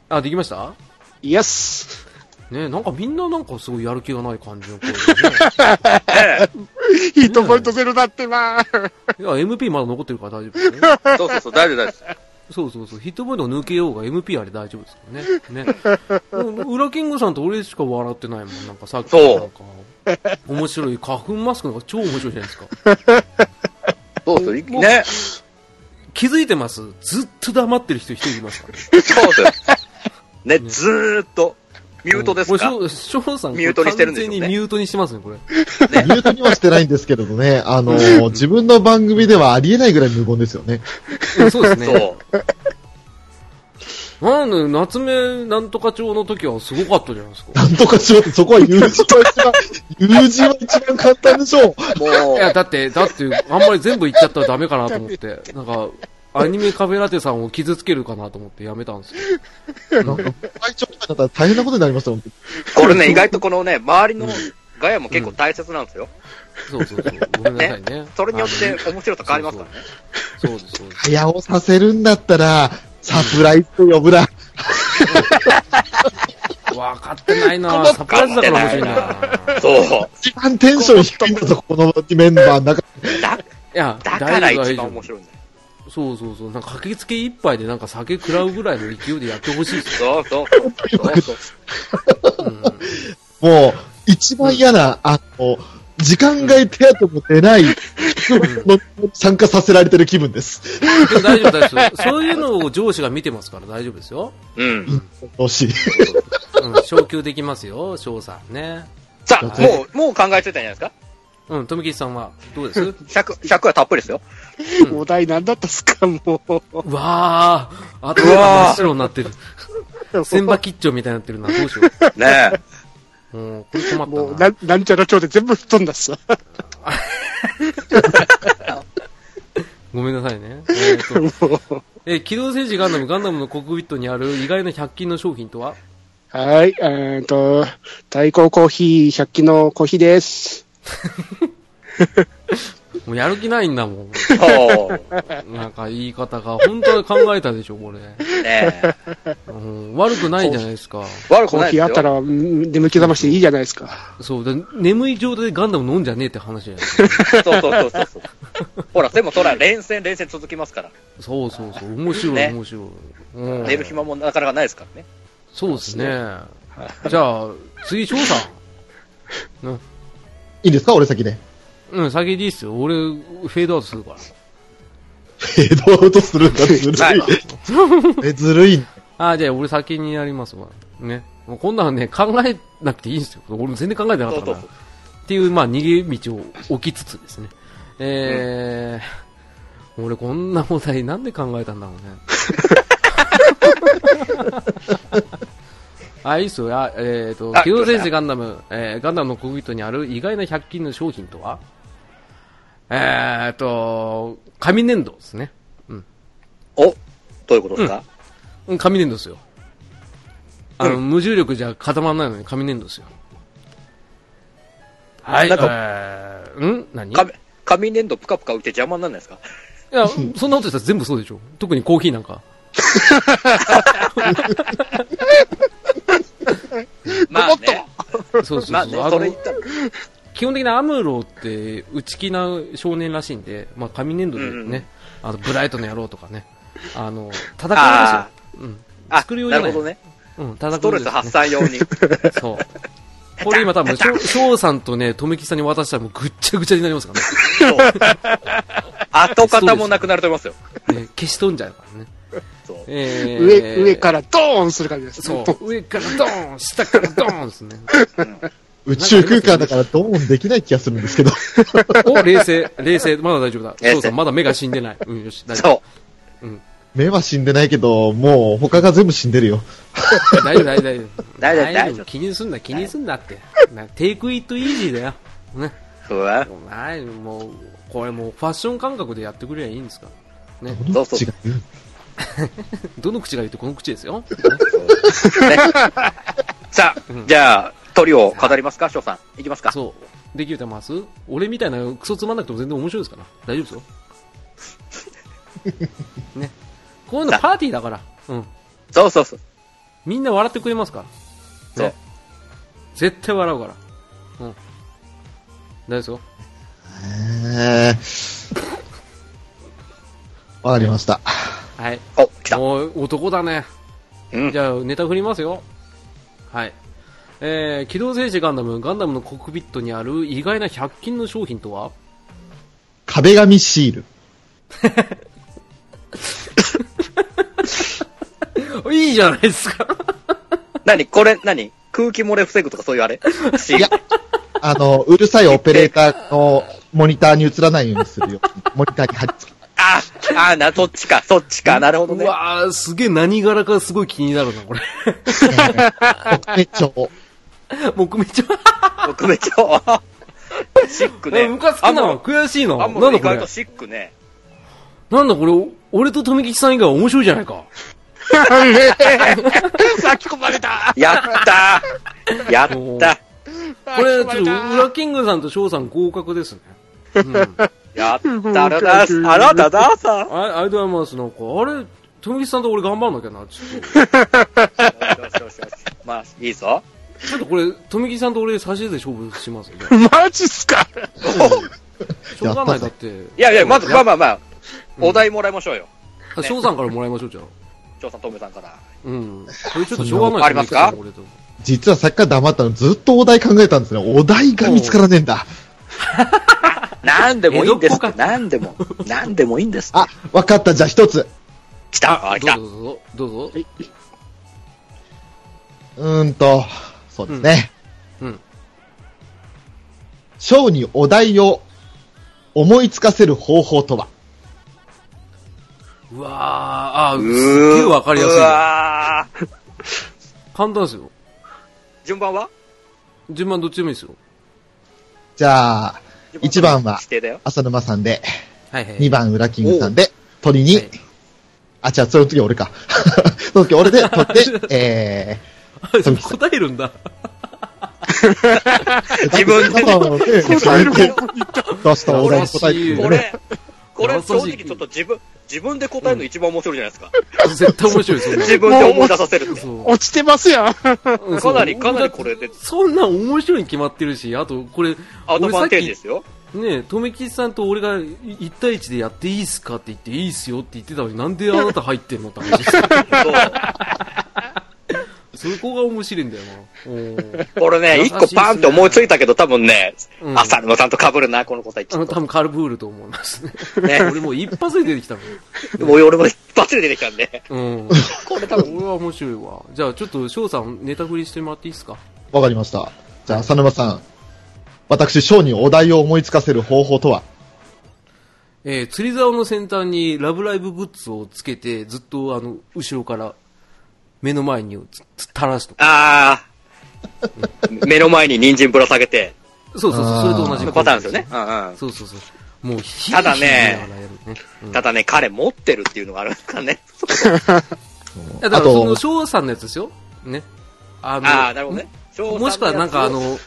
あ、できました
イエス
ねなんかみんななんかすごいやる気がない感じの 声でね。
ヒットポイントゼロだってば
いや、MP まだ残ってるから大丈夫ですね。
そうそうそう、大丈夫です。
そうそうそう、ヒットポイント抜けようが MP あれ大丈夫ですからね。ね。もう裏キングさんと俺しか笑ってないもん、なんかさっき
そう
なんか。面白い、花粉マスクのが超面白いじゃないですか。
そうそう、ね。
気づいてますずっと黙ってる人一人いますから。
そうそう。ね、ずーっと。ミュートですか
これ、ショショーさん、
ミュートにしてるんでしょうね
完全にミュートにしてますね、これ。
ミュートにはしてないんですけれどね、あのー、自分の番組ではありえないぐらい無言ですよね。
うんそうですね。
そう。
なんで、夏目なんとか町の時はすごかったじゃないですか。
なんとかしようって、そこは友人は一番、友人は一番簡単でしょう。
も、
いうや、だって、だって、あんまり全部言っちゃったらダメかなと 思って、なんか、アニメカフェラテさんを傷つけるかなと思ってやめたんですよ。
なんか、会長とかだったら大変なことになりますよ。
これね、意外とこのね、周りのガヤも結構大切なんですよ。
そうそうそう。ごめんなさいね。
それによっ
あ
て面白さ変わりますからね。
の。そうです、そうです。
早をさせるんだったら、サプライズと呼ぶな。
分かってないな
ここ
サプライズだから面白いな
そう。
一番テンション低いんだぞ、このメンバーの中で。
だ、
いや、
だから
大丈夫
一
大丈
番
夫
面白いんだよ。
そうそうそう。なんか駆けつけ一杯でなんか酒食らうぐらいの勢いでやってほしいです
そうそうそう。そうそう
よ。うん。
もう、一番嫌な、あの、時間外手当も出ない、の参加させられてる気分です。
でも大丈夫、大丈夫。そういうのを上司が見てますから大丈夫ですよ。
うん。
惜しい。
うん、昇給できますよ、翔さんね。
さあ、もう、もう考えついたんじゃないですか
うん、富吉さんは、どうです
?100、100はたっぷりですよ。
お題何だったっすか、もう。
うわー、頭が真っ白になってる。千葉吉兆みたいになってるな、どうしよ
ねえ。
う。うん、これ困ったな。
もうな、なんちゃら蝶で全部吹っ飛んだっすわ。
ごめんなさい ね。えーとえー機動戦士ガンダム、ガンダムのコックピットにある意外な100均の商品とは
はい、えーっと、太鼓コーヒー、100均のコーヒーです。
もうやる気ないんだもん。
そう。
なんか言い方が、本当は考えたでしょ、これ。
ねえ。
うん、悪くないじゃないですか。
悪く
コー
ない
ヒー
で
あ
す
った
よ。
ら、うん眠気覚ましていいじゃないですか。
そう、で眠い状態でガンダム飲んじゃねえって話じゃないですか。
そうそうそうそう。ほら、でもそら、連戦、連戦続きますから。
そうそうそう、面白い、
ね
面白い。うん
寝る暇もなかなかないですからね。
そうですね。じゃあ、次、翔さん。うん
いいですか俺先で。
うん、先でいいっすよ。俺、フェードアウトするから。
フェードアウトするんだ、ずるい。えずるい。
あ、じゃあ俺先にやりますわ。ね。もうこんなのね、考えなくていいんですよ。俺も全然考えてなかったから。
そうそう
っていう、まあ、逃げ道を置きつつですね。えー、俺こんな問題なんで考えたん だろうね。あ、いいっすよ。あえっ、と、
あ
機動戦士ガンダム、えーガンダムのコグビットにある意外な100均の商品とはえーっと、紙粘土ですね。
おどういうことですか、
うん、紙粘土ですよ。あの、無重力じゃ固まらないのに紙粘土ですよ。はい、
なんか
えー、ん何
紙紙粘土ぷかぷか浮いて邪魔にならないですか
いや、そんなことしたら全部そうでしょ。特にコーヒーなんか。
まあね。
そうそうそう。
まあね、
あ
それ言
の
っ、たら。
基本的にアムロって内気な少年らしいんで、まあ、紙粘土でね、あの、ブライトの野郎とかね、あの、戦
あ
いですよ。うん。
あ、
作るようじゃ
な
ない
るほどね。
うん、戦うん
ス
ですよね
トレス発散 用に。
そう。これ今多分、翔翔さんとね、富木さんに渡したらもうぐっちゃぐちゃになりますから
そう
ね。
跡形もなくなると思いますよ。
ね消し飛んじゃうからね。
そう。
えー
上、上からドーンする感じです。
そ
ポン
う。上からドーン下からドーンですね。
宇宙空間だからドーンできない気がするんですけど。
お、冷静、冷静、まだ大丈夫だ。
冷静
翔さん、まだ目が死んでない。うん、よし、大丈
そ
目は死んでないけど、もう他が全部死んでるよ。
夫。大丈夫、大丈夫、大丈夫。
大丈夫大丈夫
気にすんな、気にすんなって。なテイクイットイージーだよ。ね。
う。そうだ
もうない、もう、これもうファッション感覚でやってくれりゃいいんですから。
そうそう
違う。
どの口が言ってこの口ですよ。
さあ、じゃあ、トリを飾りますか、翔さん。いきますか。
そう。できると思います俺みたいなクソつまんなくても全然面白いですから。大丈夫 ですよ。ね。こういうのパーティーだから。うん。
そうそうそう。
みんな笑ってくれますから。
そう
ね絶対笑うから。うん。大丈夫ですよ。
えー。わかりました。
はい。
お、来た。
もう男だね。
うん
じゃあ、ネタ振りますよ。はい。えー、機動戦士ガンダム、ガンダムのコックピットにある意外な100均の商品とは
壁紙シール。
いいじゃないですか。
何これ、何空気漏れ防ぐとかそう いうあれい
いや、あの、うるさいオペレーターのモニターに映らないようにする よ。モニターに貼り付け
あ、あ、な、そっちか、そっちか、なるほど
う
ね。
わー、すげえ何柄かすごい気になる な、これ。
て、帳。
木目調。
特別帳。シックね。
ムカつく
あん
な
ま、
悔しいな。
あ
なんん
ま
だ
意
こ
外
れ
と。シックね。
なんだこれ、俺と富吉さん以外は面白いじゃないか。
巻き込まれた
やった ーやった
これ、ちょっと、
巻き込ま
ウ
れ
ラキングさんと翔さん合格ですね。うん。あ
やったらだす、あらだださん。
ありがとうございます。なんか、あれ、富吉さんと俺頑張んなきゃな、ちょ っと。
よしよしよしまあ、いいぞ。
ちょっとこれ、富木さんと俺、差し出で勝負します よ。
た マジっすか
しょうがないだって。
いやいや、まず、まあまあまあ、お題もらいましょうよ。
あ、翔さんからもらいましょう、じゃあ。
翔さん、トムさんから。
うん。それちょっとしょうがな い
ありますか
富木さんと俺と
実はさっきから黙ったのずっとお題考えたんですね。お題が見つからねえんだ。
なんでもいいんです
江戸っ子
なんでも。なんでもいいんです。
あ、わかった。じゃあ一つ。
来た。あ、来た。
どうぞ、どうぞ、どうぞ。
うーんと、そうですね。
うんうん
ショーにお題を思いつかせる方法とは
うわー、あー、
うー
すっげえわかりやすい。
う
簡
わー
単ですよ。
順番は
順番どっちでもいいですよ。
じゃあ、一番は
指定だよ。
浅沼さんで、
はいはい。
2番裏キングさんで、鳥に、
はい
あ、違う、その次俺か。 その次俺で、鳥 で、え富木さん
答えるんだ。
ー、
自分で
だからね
答える方
出したお題に答えて
優しい
く
こ
れ る。
れ、これ
優しい
正直ちょっと自分、自分で答えるの一番面白いじゃないですか。
絶対面白いですよ
自分で思い出させるって。
そ
落ちてますやん。
う。
かなり、かなりこれで、
そんなん面白いに決まってるし、あと、これ、
アドバンテージ
俺
で
さ
すよ。
っきね、とめきさんと俺が1対1でやっていいっすかって言っ て、いいっすよって言ってたのに、なんであなた入ってんのって話ですよ
そう。
そこが面白いんだよな。うん
俺ね、
優し
一
いっすね
個パンって思いついたけど、多分ね、
うん
朝のさんと被るな、この答え
あ
ちょ
の、
っ
多分カルブールと思いますね。
と。ね。
俺もう一発で出てきたもん。
でも俺も一発で出てきたんで。
うん。
これ多分、
俺は面白いわ。じゃあちょっと翔さんネタ振りしてもらっていいですか
わかりました。じゃあ、浅沼さん。私、翔にお題を思いつかせる方法とは
えー、釣り竿の先端にラブライブグッズをつけて、ずっとあの、後ろから、目の前につつ垂らすと。
あー、目の前に人参ぶら下げて、
そうそうそ
あ
う、
ー
それと同じ
パターンですよね。。うんうん。
そうそうそう。もう、ひ
ただね
ひひやるねうん
ただね、彼持ってるっていうのがあるんですかね。
いやだ
あ
からその
と、
翔さんのやつですよ。ね。あ
ああ、なるほどね。
もしくはなんかあ
翔さんのや
の、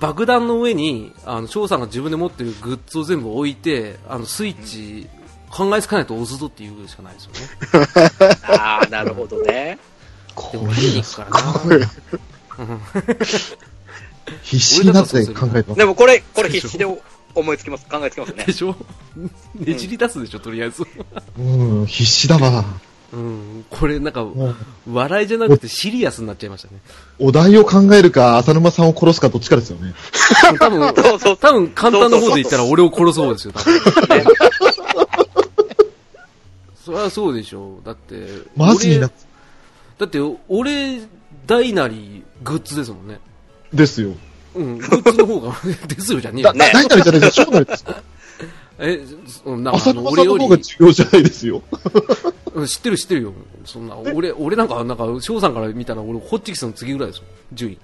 爆弾の上に、あの、翔さんが自分で持ってるグッズを全部置いて、あの、スイッチ、考えつかないと押すぞっていうしかないですよね。
つを、ああ、なるほどね。
でも、見に行くからな。
必死になって考えてます。
でもこれ、これ必死で思いつきます。考えつきますね
で。 しょねじり出すでしょ、とりあえず。
うん、必死だわ。
うん、これなんか、
もう
笑いじゃなくてシリアスになっちゃいましたね。
お題を考えるか、浅沼さんを殺すか、どっちかですよね。
多分、
そうそう
多分簡単な方で言ったら俺を殺そうですよ、多分。ねそりゃそうでしょう。だって、
マジにな
俺、だって俺、大なりグッズですもんね。
ですよ。
うん、グッズの方が、ですよじゃねえ
だ、
よ。
ね
だ、何なりじゃないですよ。翔なりですよ。
え、そんな、あ
浅
の、
沼さ
俺
ん
よ
の
り
方、が重要じゃないですよ。
うん知ってる知ってるよ。そんな、俺、俺なんか、なんか、翔さんから見たら俺、ホッチキスの次ぐらいですよ。順位。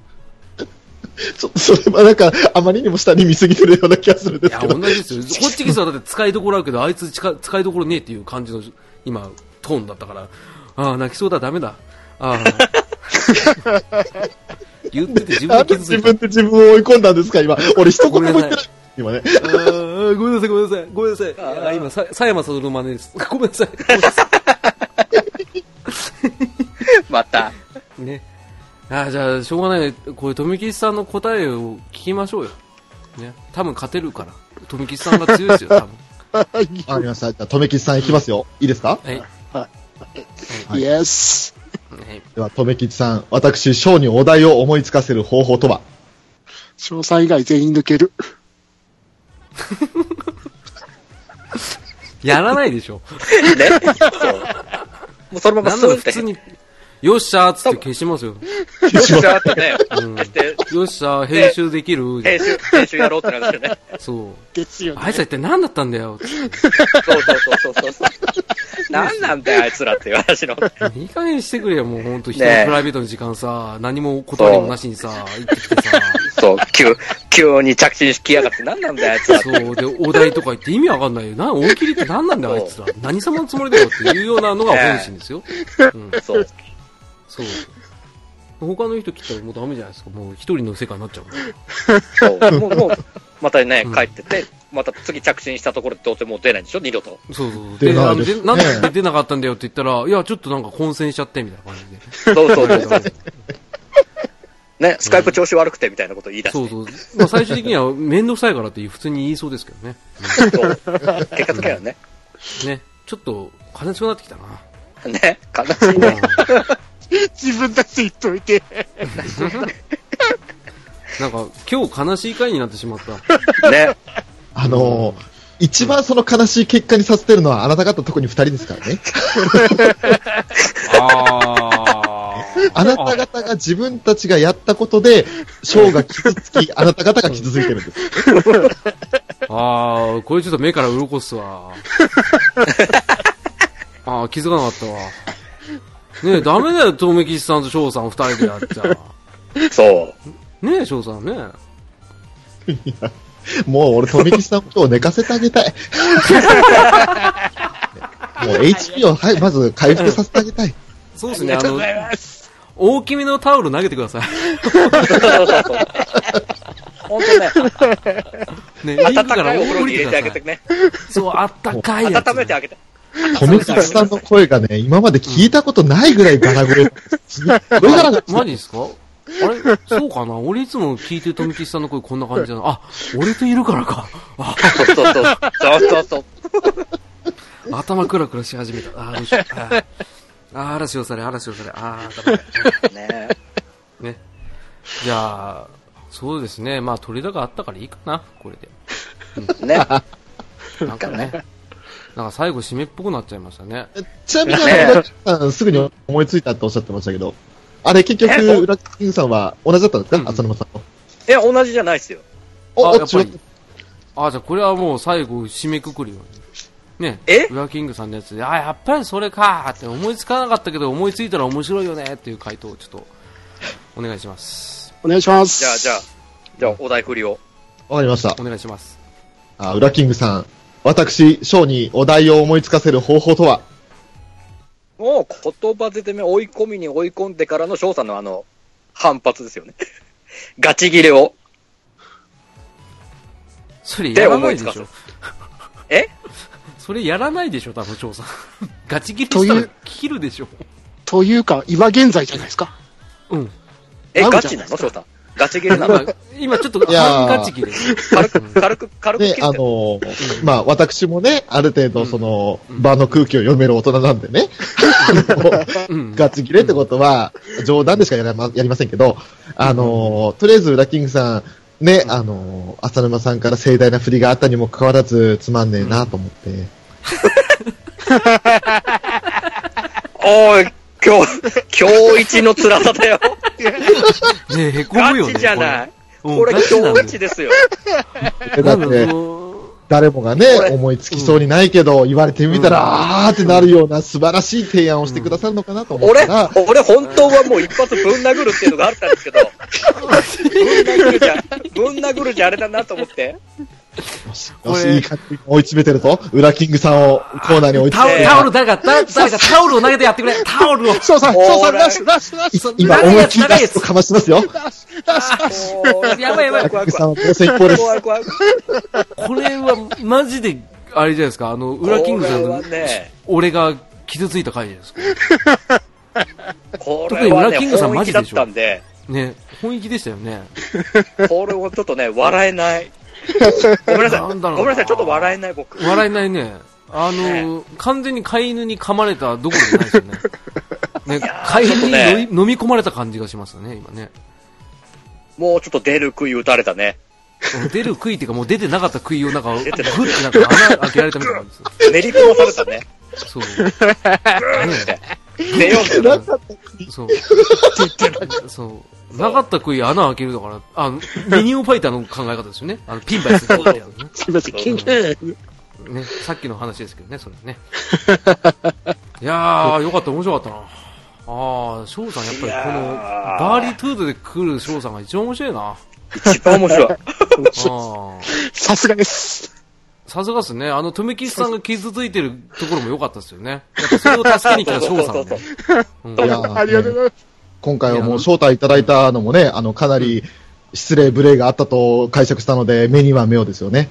ちょっと、それはなんか、あまりにも下に見すぎてるような気がするんで
い
す
や、
け
同
ど。
じですよ。ホッチキスはだって使いどころあるけど、あいつ近使いどころねえっていう感じの、今、トーンだったから、ああ、泣きそうだ、ダメだ。ああ。言ってて自
な
分
ん
で
で
傷つ
自
いた。
分で自分を追い込んだんですか、今。俺一言も言ってない。今ね。
あーごめんなさい、ごめんなさい、ごめんなさい。あー今、さ佐山さんの真似です。 ごめんなさい。
また。
ね。ああ、じゃあ、しょうがないね。これ、富吉さんの答えを聞きましょうよ。ね。多分勝てるから。富吉さんが強いですよ、多分。
わかりました。じゃあ、とめきちさんいきますよ。いいですか
はい。は
イエス。
い。
では、とめきちさん、私、翔にお題を思いつかせる方法とは
詳細以外全員抜ける。
やらないでしょ。
ね。 そう。もうそのまま
なん
ス
なら
ーっ
普
て
通。に、よっしゃーっつって消しますよ。
よっしゃーってね。
うん
そして、
よっしゃー、編集できる。
編集、編集やろうってなるんですよね。
そう。
ですよね。
あいつは一体何だったんだよ。
そうそうそうそうそう。なんなんだよ、あいつらっていう話の。
いい加減にしてくれよ、もうほんと。人の
ねえ
プライベートの時間さ、何も断りもなしにさ、行ってきてさ。
そう、急、急に着地しきやがって、なんなんだよ、あいつらって。
そう。で、お題とか言って意味わかんないよ。な、大喜利って何なんだよ、あいつら。何様のつもりだよっていうようなのが本心ですよ。うん。
そう。
そう。他の人来たらもうダメじゃないですか。もう一人の世界になっちゃうから。
そう。もう、もう、またね
うん、
帰ってて、また次着信したところでどうせもう出ないんでしょ、二度と。
そうそう。
出
で、
な
あ
い
の
です
でなんで出なかったんだよって言ったら、いや、ちょっとなんか混戦しちゃって、みたいな感じで。
そうそうそうそう。ね、スカイプ調子悪くてみたいなこと言い出して。
そうそう。まあ、最終的には、面倒くさいからって普通に言いそうですけどね。
そう結果的にはね。
ね。ちょっと、悲しくなってきたな。
ね、悲しいね。
自分たち言っといて。
なんか、今日悲しい回になってしまった。
ね。
あのー、一番その悲しい結果にさせてるのはあなた方特に二人ですから ね。
あ
あなた方が自分たちがやったことで、翔が傷つき、あなた方が傷ついてるんです。
あ。ああ、これちょっと目から鱗っすわ。ああ、気づかなかったわ。ねえ、ダメだよ、とめきさんと翔さん二人でやっちゃ。
そう。
ねえ、翔さんね。
もう俺、とめきちさんことを寝かせてあげ たい。もう HP を、はい、まず回復させてあげたい。
そうですね、あの、大きめのタオル投げてください。
そうそうそう。本当ね、
ね、リン
温
クから
かいお風呂
降
に
り
入
て
れてあげ
くださ
て
い。
ね。
そう、あったかいやつ、
温めてあげて。
とめきちさんの声がね、今まで聞いたことないぐらいバラ声。 だからだ
マジですかあれそうかな俺いつも聞いてる富吉さんの声こんな感じだな。あ、俺といるからか。あ、
そうそうそう。そうそうそう。
頭クラクラし始めた。あ、どうしよう。ああー、嵐をされ、嵐をされ。あー、ダメだ。
ね
ね。じゃあ、そうですね。まあ、取り高あったからいいかな、これで。
え。ね。
なんかね。なんか最後締めっぽくなっちゃいましたね。
ちなみに、あの裏キングさんすぐに思いついたっておっしゃってましたけど、あれ結
え
局、裏キングさんは同じだったんです
うんうん
か浅沼さんと。
いや、同じじゃないですよ。
お、
あ、
お、
やっぱ
違
り
う。。
あ、じゃあこれはもう最後締めくくるよ。ね。
え
ウラキングさんのやつで、あ、やっぱりそれかーって思いつかなかったけど、思いついたら面白いよねっていう回答をちょっと、お願いします。
お願いします。
じゃあ、じゃあ、じゃあ、お題振りを。
わかりました
お。願いします。
あ、裏キングさん。私、ショーにお題を思いつかせる方法とは
もう、言葉攻め追い込みに追い込んでからの翔さんのあの、反発ですよね。ガチ切れを。
それやらないで
で
し
思い
ょ
つ。え
それやらないでしょ、多分、翔さん。ガチ切りした
とい
ら
う
切るでしょ。
というか、今現在じゃないですか。
うん。
え、
合う
ガ
じ
チ
ゃな
ないの翔さん。ガチ切れなの
今、今ちょっと、
いやー
ガチ切れ。
軽く、軽く、軽く切
ね
っ、て
あ
る。
のーまあ、私もね、ある程度、その、
うん
場の空気を読める大人なんでね、
うん。
ガチ切れってことは、冗談でしかやらまやりませんけど、あのーとりあえず、裏キングさん、ね、あのー浅沼さんから盛大な振りがあったにもかかわらず、つまんねえなと思って、
おい、今日、今日一の辛さだよ。
ねえ、へこ
ガ
むよね。
チじゃない。
こ
これ
れ。うんガチ
今
なのよ
日一ですよ。
だっ
なん
て
だ、ろ
誰もがね
これ、
思いつきそうにないけど、言われてみたら、
うん
あーってなるような素晴らしい提案をしてくださるのかなと思っ
俺
たら、、
俺本当はもう一発ぶん殴るっていうのがあったんですけど、ぶん殴るじゃ、ぶん殴るじゃあれだなと思って。
よし、よ
これ
しいい感じに追い詰めてるぞ。裏キングさんをコーナーに追いう
タ
詰
オ
め
ル、
て。
タオル、誰か、だ誰かタオルを投げてやってくれ。タオルを。
翔さん、
おー
翔さん、
ライ
ラッシュ、ラッシュ、ラッシュ、
い今思いっきり出すとかましますよ。
ラッシュ、ラッシュ、ラッシュ。
やばいやば
裏キ
い
怖
ン
い
グさ
怖
ん
い
は当選一方です。
怖い怖い。
これは、マジで、あれじゃないですか。あの、裏キングさ
こ
ん
れ
の
は、ね、
俺が傷ついた回じゃないですか。
こ
特に
れは
裏
ね、
キングさん
本
マ
気
ジ
だっ
でしょ
たんで、
ね本意気でしたよね。
これもちょっとね、笑え ない。ごめんなさい。
な
ご
んだろう
め
な
んなさい、ちょっと笑えない僕。
笑えないね。あの、完全に飼い犬に噛まれたどころじゃないですよね。ね、飼い犬に飲み飲み込まれた感じがしますよね、今ね。
もうちょっと出る杭打たれたね。
出る杭っていうか、もう出てなかった杭をなんか、グッ
て
て
ない
なんか穴開けられたみたいな感じで
練り込まされたね。
すそう。
出ようぜ。
裏キング
そう。そう。なかった杭穴開けるだから、あの、ミニオンファイターの考え方ですよね。あの、ピンバイスでやるやつね。
すみません、緊急。
ね、さっきの話ですけどね、それ ね。いやー、よかった、面白かったな。あー、翔さん、やっぱりこの
いや、ー
バーリートゥードで来る翔さんが一番面 白いな。あ
一番面白い。
ー。
さすがです。
さすがっすね。あの、とめきさんが傷ついてるところも良かったですよね。やっぱそれを助けに来た翔さんね。うん
いやー
ありがとうございます。
今回はもう招待いただいたのもね、あの、かなり失礼、無礼があったと解釈したので、目には目をですよね。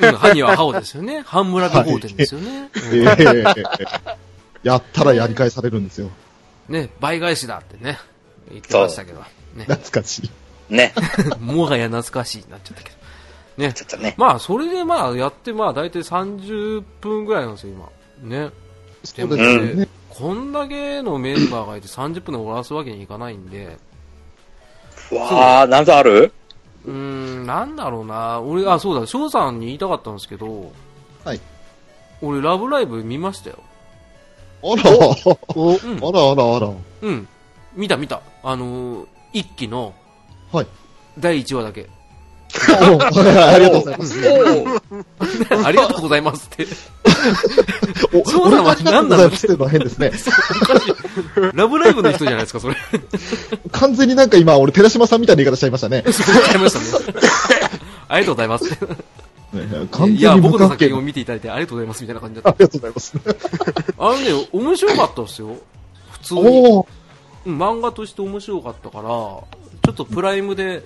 うん歯には歯をですよね。半村と豪天ですよね。
えーやったらやり返されるんですよ。
ね、倍返しだってね、言ってましたけど、 ね、
懐かしい。
ね。
もはや懐かしいになっちゃったけど。ね
ちょ、っとね。
まあ、それでまあ、やって、まあ、大体30分ぐらいなんですよ、今。ね。
そ
で
うで
も
す
ね、
よね。
こんだけのメンバーがいて30分で終わらすわけにいかないんで、
わあ、なんかある
うーん、なんだろうな、俺、あ、そうだ、翔さんに言いたかったんですけど、
はい。
俺、ラブライブ見ましたよ。
あら、あ
お、
うん。
らあらあら。
うん。見た見た。あのー、一期の、
はい。
第1話だけ。
おありがとうございます。
す。おう
ありがとうございますって。
お
そうなの
俺ありがとうございますっていうのは変ですね。
ラブライブの人じゃないですか、それ。
完全になんか今、俺、寺島さんみたいな言い方しちゃいましたね。
そうちゃいまし たね。ありがとうございます。
完
いや、
全に
僕
無関
の作
係
品を見ていただいてありがとうございますみたいな感じだ
あ
っ
りがとうございます。
た。あのね、面白かったですよ。普通に。
おお
うん漫画として面白かったから、ちょっとプライムで、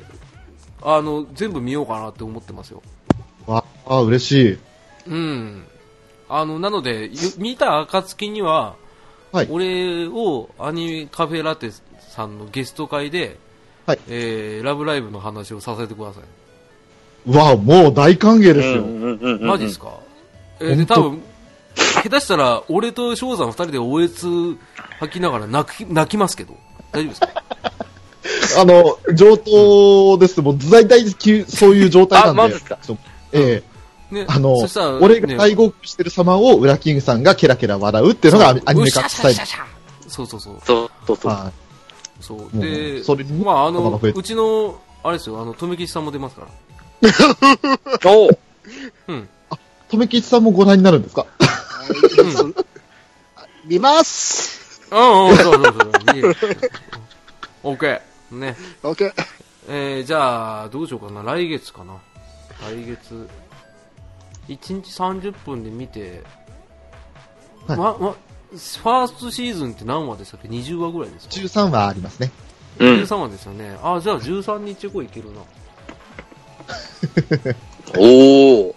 あの、全部見ようかなって思ってますよ。
わあ、嬉しい。
うん。あの、なので、ゆ見た暁には、
はい
俺をアニメカフェラテさんのゲスト会で、
はい
えーラブライブの話をさせてください。
わあ、もう大歓迎ですよ。
うんうんうん
マジですか、えーで、
本当
多分、下手したら、俺と翔さん二人で OS 吐きながら泣き泣きますけど、大丈夫ですか
あの、上等です。もう、大体、そういう状態なんで。
あマジっすか
ちょっとええ
ね、
あの
そしたら、
俺が
ね
大号泣してる様を、ウラキングさんがケラケラ笑うっていうのがアニアニメ化
うっ
ス
し
タ
ゃ
イ
し
ル
ゃ。しゃそうそうそう。
そうそうそう。
は
そう
い。も
で
う、それに、
まあ、あ
頭が
の、
増えて
うちの、あれですよ、あの、とめきちさんも出ますから。
おう
うん。
とめきちさんもご覧になるんですか
うん。
見ます
うんうん、そうそうそう。いいよオッケー。ね。
!OK。
えー、じゃあ、どうしようかな。来月かな。来月。1日30分で見て、
はい
ま、ま、ファーストシーズンって何話でしたっけ ?20 話ぐらいですか
?13 話ありますね。
うん。
?13 話ですよね。あ、じゃあ13日以降いけるな。
おお。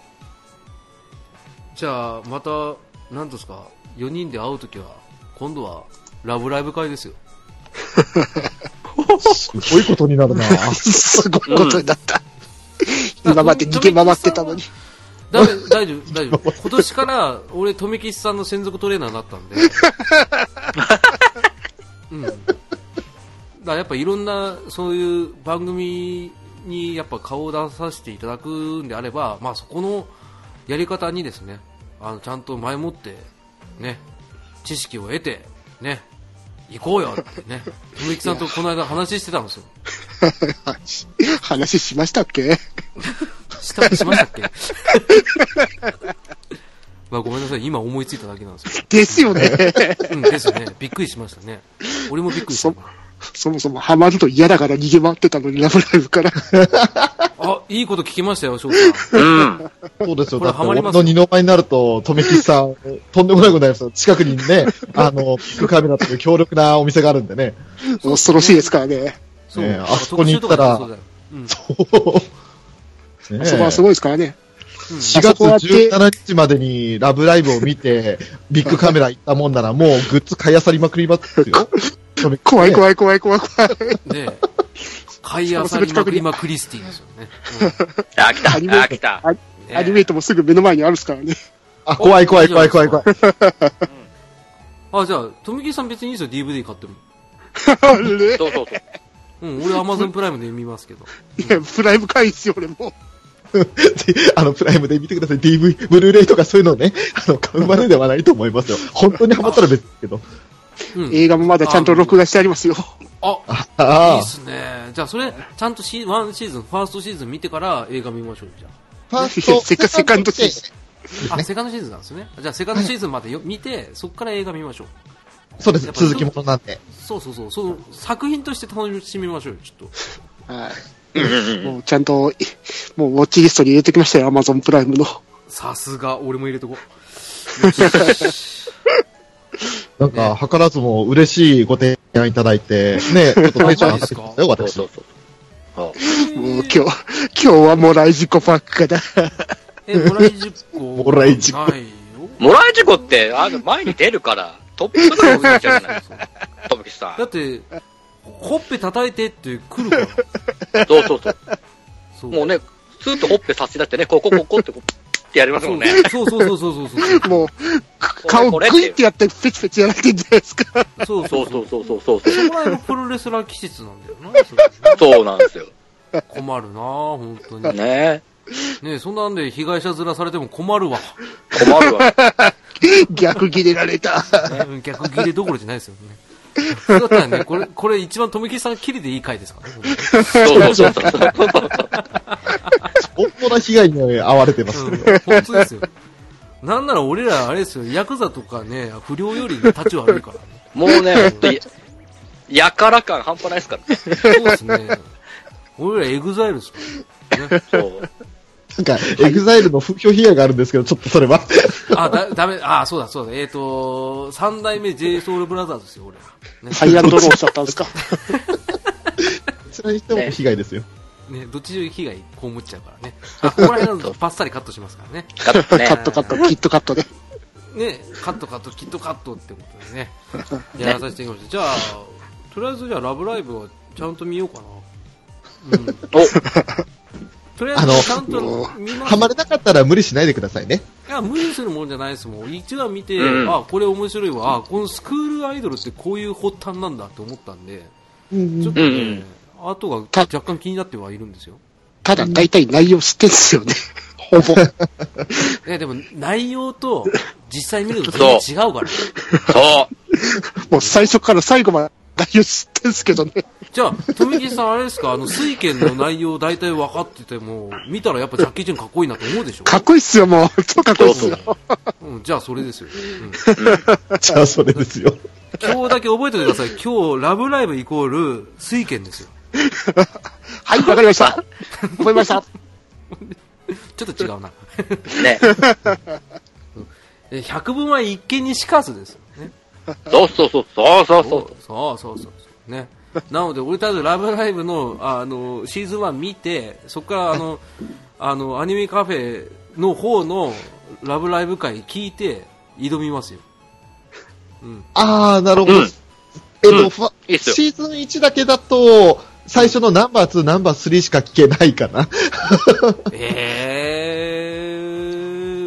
じゃあ、また、なんですか、4人で会うときは、今度は、ラブライブ会ですよ。
すごいことになるな
すごいことになった。今まで逃げ回ってたのに。
だめ大丈夫、大丈夫。今年から、俺、富吉さんの専属トレーナーになったんで。うん。だからやっぱいろんな、そういう番組に、やっぱ顔を出させていただくんであれば、まあそこのやり方にですね、あの、ちゃんと前もって、ね、知識を得て、ね、行こうよってね、富吉さんとこの間話してたんですよ。
話しましたっけ
した、しましたっけ まあごめんなさい、今思いついただけなんですよ。
ですよね。
うん、ですよね。びっくりしましたね。俺もびっくりした。
そもそもハマると嫌だから逃げ回ってたのに、ラブライブから。
あ、いいこと聞きましたよ、翔さ
うん。
そうですよ。
こ
だ
れ
って、
ハマり
俺
ます
の二の前になると、とめきちさん、とんでもないことになりますよ。近くにね、あの、ビッグカメラという強力なお店があるんで ね。
恐ろしいですからね。
ん。そう。
ねえあそこに行ったら
特集とかねそう
そう。ね
そこはすごいですからね。
4月17日までにラブライブを見て、ビッグカメラ行ったもんなら、もうグッズ買い漁りまくりますよ。
怖い
い。
怖い怖い怖い怖い。
だよ。うん。ねえ買い漁りまくりまクリスティですよね。
あ、来た。
アニメ
あ、来た。
うんねえ
アニメイトもすぐ目の前にあるですからね。
あ、怖い怖い怖い怖い怖い。
あ、じゃあ、富木さん別にいいですよ、DVD 買っても。
あれ
そうそうそう。
うん、俺 Amazon プライムで見ますけど。
いや、プライム会員っすよ、俺も。
あの、プライムで見てください。DV、ブルーレイとかそういうのをね、 あの、買うまでではないと思いますよ。本当にハマったら別ですけど。
うん。
映画もまだちゃんと録画してありますよ。
あ、いい
あ
っ
あ、
すね。じゃあ、それ、ちゃんとシーワンシーズン、ファーストシーズン見てから映画見ましょう、じゃ
ファー
セ
スト、
カセカンドシーズ
あ。あ、セカンドシーズンなんですね。じゃあ、セカンドシーズンまでよ見て、そっから映画見ましょう。
そうです。続きものなんで。
そうそうそう。その作品として楽しみましょうよ、ちょっと。
ン。はい。もうちゃんと、いもうウォッチリストに入れてきましたよ、アマゾンプライムの。
さすが、俺も入れとこ
なんか、図らずも嬉しいご提案いただいて、ね、ちょっとテンション上がってきましたよ、
そう
私
そう。そう。あ
う。
もう今日、今日はもらい事故ばっかだ。
え、もらい事故。
もらい事故
ないよ。
もらい事故って、あの、前に出るから、トップとかになっちゃうじゃないですか。とぶきさ
だ
ん。
って、ほっぺ叩いてって来るから。
そうそうそう。
そう
もうね、スーッとほっぺ差し出してね、ここ、ここって、こうってやります
そ
も
うん
ね。
そうそうそうそうそうそう。
もう、顔グ
これ
イってやってペチペチやられてんじゃないですか。
そう
そ
そうう
そ
そうう。
そうそうそうそう。
そこら辺がプロレスラー気質なんだよな。それ
そうなんですよ。
困るな本当に。
ね
ねそんなんで被害者面されても困るわ。
え。困るわ。
逆切れられた。
ね逆切れどころじゃないですよね。だったらね、これ、これ一番富木さんが切りでいい回ですからね。
そうそうそうそう。
本当な被害に遭われてます。
うん 本当ですよ。なんなら俺ら、あれですよ、ヤクザとかね、不良より立ち悪いからね。
もうね、ほんとや、やから感半端ないですからね。
そうですね。俺らエグザイルですからね。
そう。
なんか、エグザイルの風評被害があるんですけど、ちょっとそれは。
あ、だ、だめ、あ、そうだ、そうだ、えっ、と、三代目 j ソ o ルブラザーズですよ、俺ら。
ハイアンドローしちゃったんですか。
それにしても被害ですよ。
ね、ね、どっちに被害被っちゃうからね。あ、ここら辺だとバッサリカットしますからね。
カットね
カ。ットカット、キットカットで。
ね、カットカット、キットカットってことでね、やらさせていただきました。じゃあ、とりあえずじゃあ、ラブライブはちゃんと見ようかな。うん。
お、
とりあえ
あの
ず、ちゃんと見ます
ハマれなかったら無理しないでくださいね。
いや、無理するもんじゃないですもん。一話見て、
うん
あ、これ面白いわ。あ、このスクールアイドルってこういう発端なんだって思ったんで、ちょっと
う
ね、
ん
後が若干気になってはいるんですよ。
ただ、大体内容知ってんすよね。ほぼ。
いや、でも内容と実際見ると全然違うから。
そう。
もう最初から最後まで内容知ってんすけどね。
じゃあ、富木さんあれですか、あの、水拳の内容大体分かってても、見たらやっぱジャッキーチェンかっこいいなと思うでしょ
かっこいいっすよ、もう。超かっこいいっすよ。
うん、じゃあそれですよ。うん
じゃあ、それですよ。
今日だけ覚えておいてください。今日、ラブライブイコール、水拳ですよ。
はい、わかりました。覚えま した。
ちょっと違うな。
ね。
え百聞は一見にしかずですよね。
そうそうそう、そうそうそ
そうそうそうそう。ね。なので、俺たちラブライブの、あの、シーズン1見て、そこからあの、あの、アニメカフェの方のラブライブ会聞いて、挑みますよ。
あー、なるほど。
うん
えっと、
うん
ふわ
いいっすよ
シーズン1だけだと、最初のナンバー2、ナンバー3しか聞けないかな。
え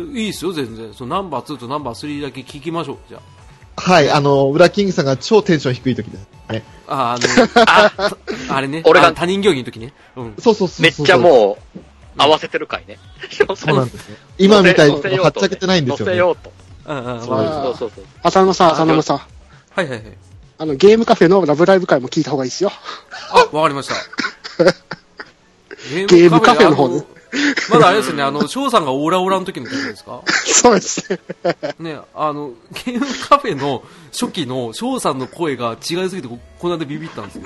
ー、いいですよ、全然。そのナンバー2とナンバー3だけ聞きましょう、じゃあ。
はい、あの、裏キングさんが超テンション低い時ですね。
あ、 あの、あれね。
俺が
あの他人行儀の時ね。うん。
そうそうそう
う。
そう
めっちゃもう、合わせてる回ね。
そうなんですね。今みたいに
乗せようとね
はっちゃけてないんですよ
乗せ
ね。
ようと。
うんうんうん。
そう
はい
そうそうそう。
浅野さん、浅野さん。
はいはい。
あの、ゲームカフェのラブライブ会も聞いた方がいいですよ。
あ、わかりました。ゲ
ームカフェの方ね
あのまだあれですよね、あ の、翔さんがオーラオラの時の時ですか
そうですね。
ね、あの、ゲームカフェの初期の翔さんの声が違いすぎて、ここんなでビビったん ですよ。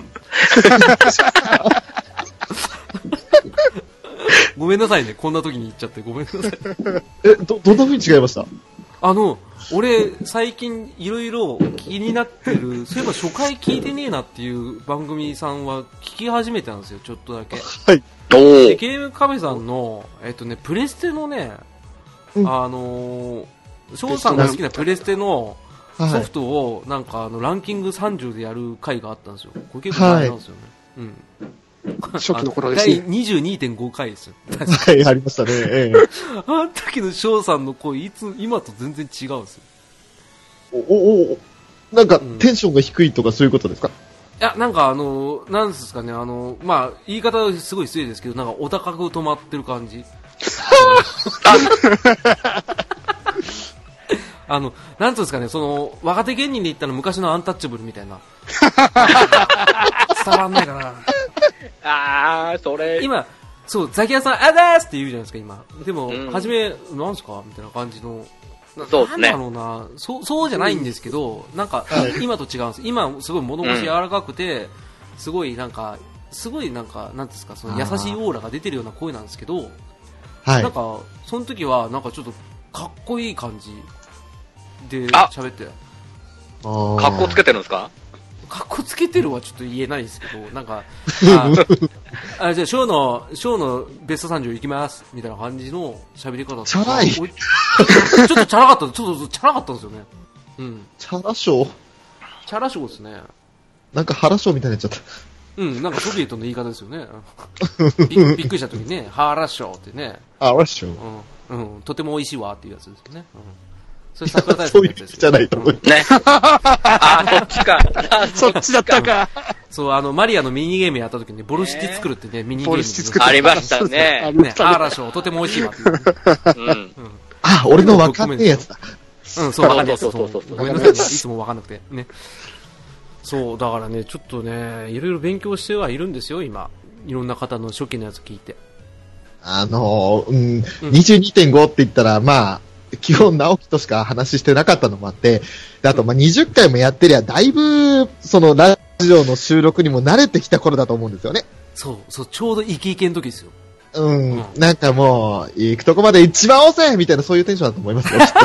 ごめんなさいね、こんな時に言っちゃって、ごめんなさい。
え、ど、どんな風に違いました
あの、俺、最近いろいろ気になってる、そういえば初回聞いてねえなっていう番組さんは聞き始めたんですよ、ちょっとだけ。
おー。
で、ゲームカフェさんの、えっとね、プレステのね、
うん
あのー、翔さんが好きなプレステのソ
はい
フ。トを、なんかあの、ランキング30でやる回があったんですよ。これ結構前なんですよね。うん。
初期の頃ですね
あ 第22.5回ですよ。
はい、ありましたね。ええ
あの時の翔さんの声、いつ、今と全然違うんですよ。
お、お、お、なんか、
うん
テンションが低いとかそういうことですか
いや、なんかあの、なんですかね、あの、まあ、言い方はすごい失礼ですけど、なんかお高く止まってる感じ。あの、なんつうんですかね、その、若手芸人で言ったら昔のアンタッチャブルみたいな。伝わんないかな。
あー、それ。
今、そう、ザキヤさん、あだーすって言うじゃないですか、今。でも、
うん
初め、なんすかみたいな感じの。な
そうっすね
なんだろうな。そう、そうじゃないんですけど、なんか、今と違うんです。今、すごい物腰柔らかくて、すごいなんか、すごいなんか、なんですか、その優しいオーラが出てるような声なんですけど、
は
なん
い。
か、その時は、なんかちょっと、かっこいい感じで
あ
喋って、
か
格好つけてるんですか
かっこつけてるはちょっと言えないですけど、なんか、ああじゃあ、ショーの、ショーのベスト30行きます、みたいな感じの喋り方とか
チャラい
おちょっとチャラかった、ちょっとチャラかったんですよね。うん。
チャラショー
チャラ賞ですね。
なんか腹ショーみたいになっちゃった。
うん、なんかソビエトの言い方ですよね。びびっくりした時にね、ハーラ賞ってね、
あ、ラショー。
うん、うん、とても美味しいわっていうやつですよね。うん。それ桜大
そ
戦
う
の
いう
やつ
意
で
味
す
じゃ
よ、
ないと思う。
ね。あー、そっちか。あー
そっちだったか。
そう、あの、マリアのミニゲームやった時にボルシチ作るってね、ミニゲーム
ポ
に
リ
ね。
シチ作っ
ありましたね
ありま
ね
し、た
ハ
ね
ーラ賞とても美味しいわっていう。
うん。
あ、俺のわかんねえやつだ。
うん、そう、わかんない
そうそうそうそう
ごめんなさいね、いつもわかんなくて。ね。そう、だからね、ちょっとね、いろいろ勉強してはいるんですよ、今。いろんな方の初期のやつ聞いて。
あのー、うん、22.5って言ったら、まあ、基本直樹としか話してなかったのもあって、であと、まあ、20回もやってりゃ、だいぶ、その、ラジオの収録にも慣れてきた頃だと思うんですよね。
そう、そう、ちょうどイケイケの時ですよ。
うん、
うん
なんかもう、行くとこまで行っちまおうぜみたいな、そういうテンションだと思いますよ、きっと。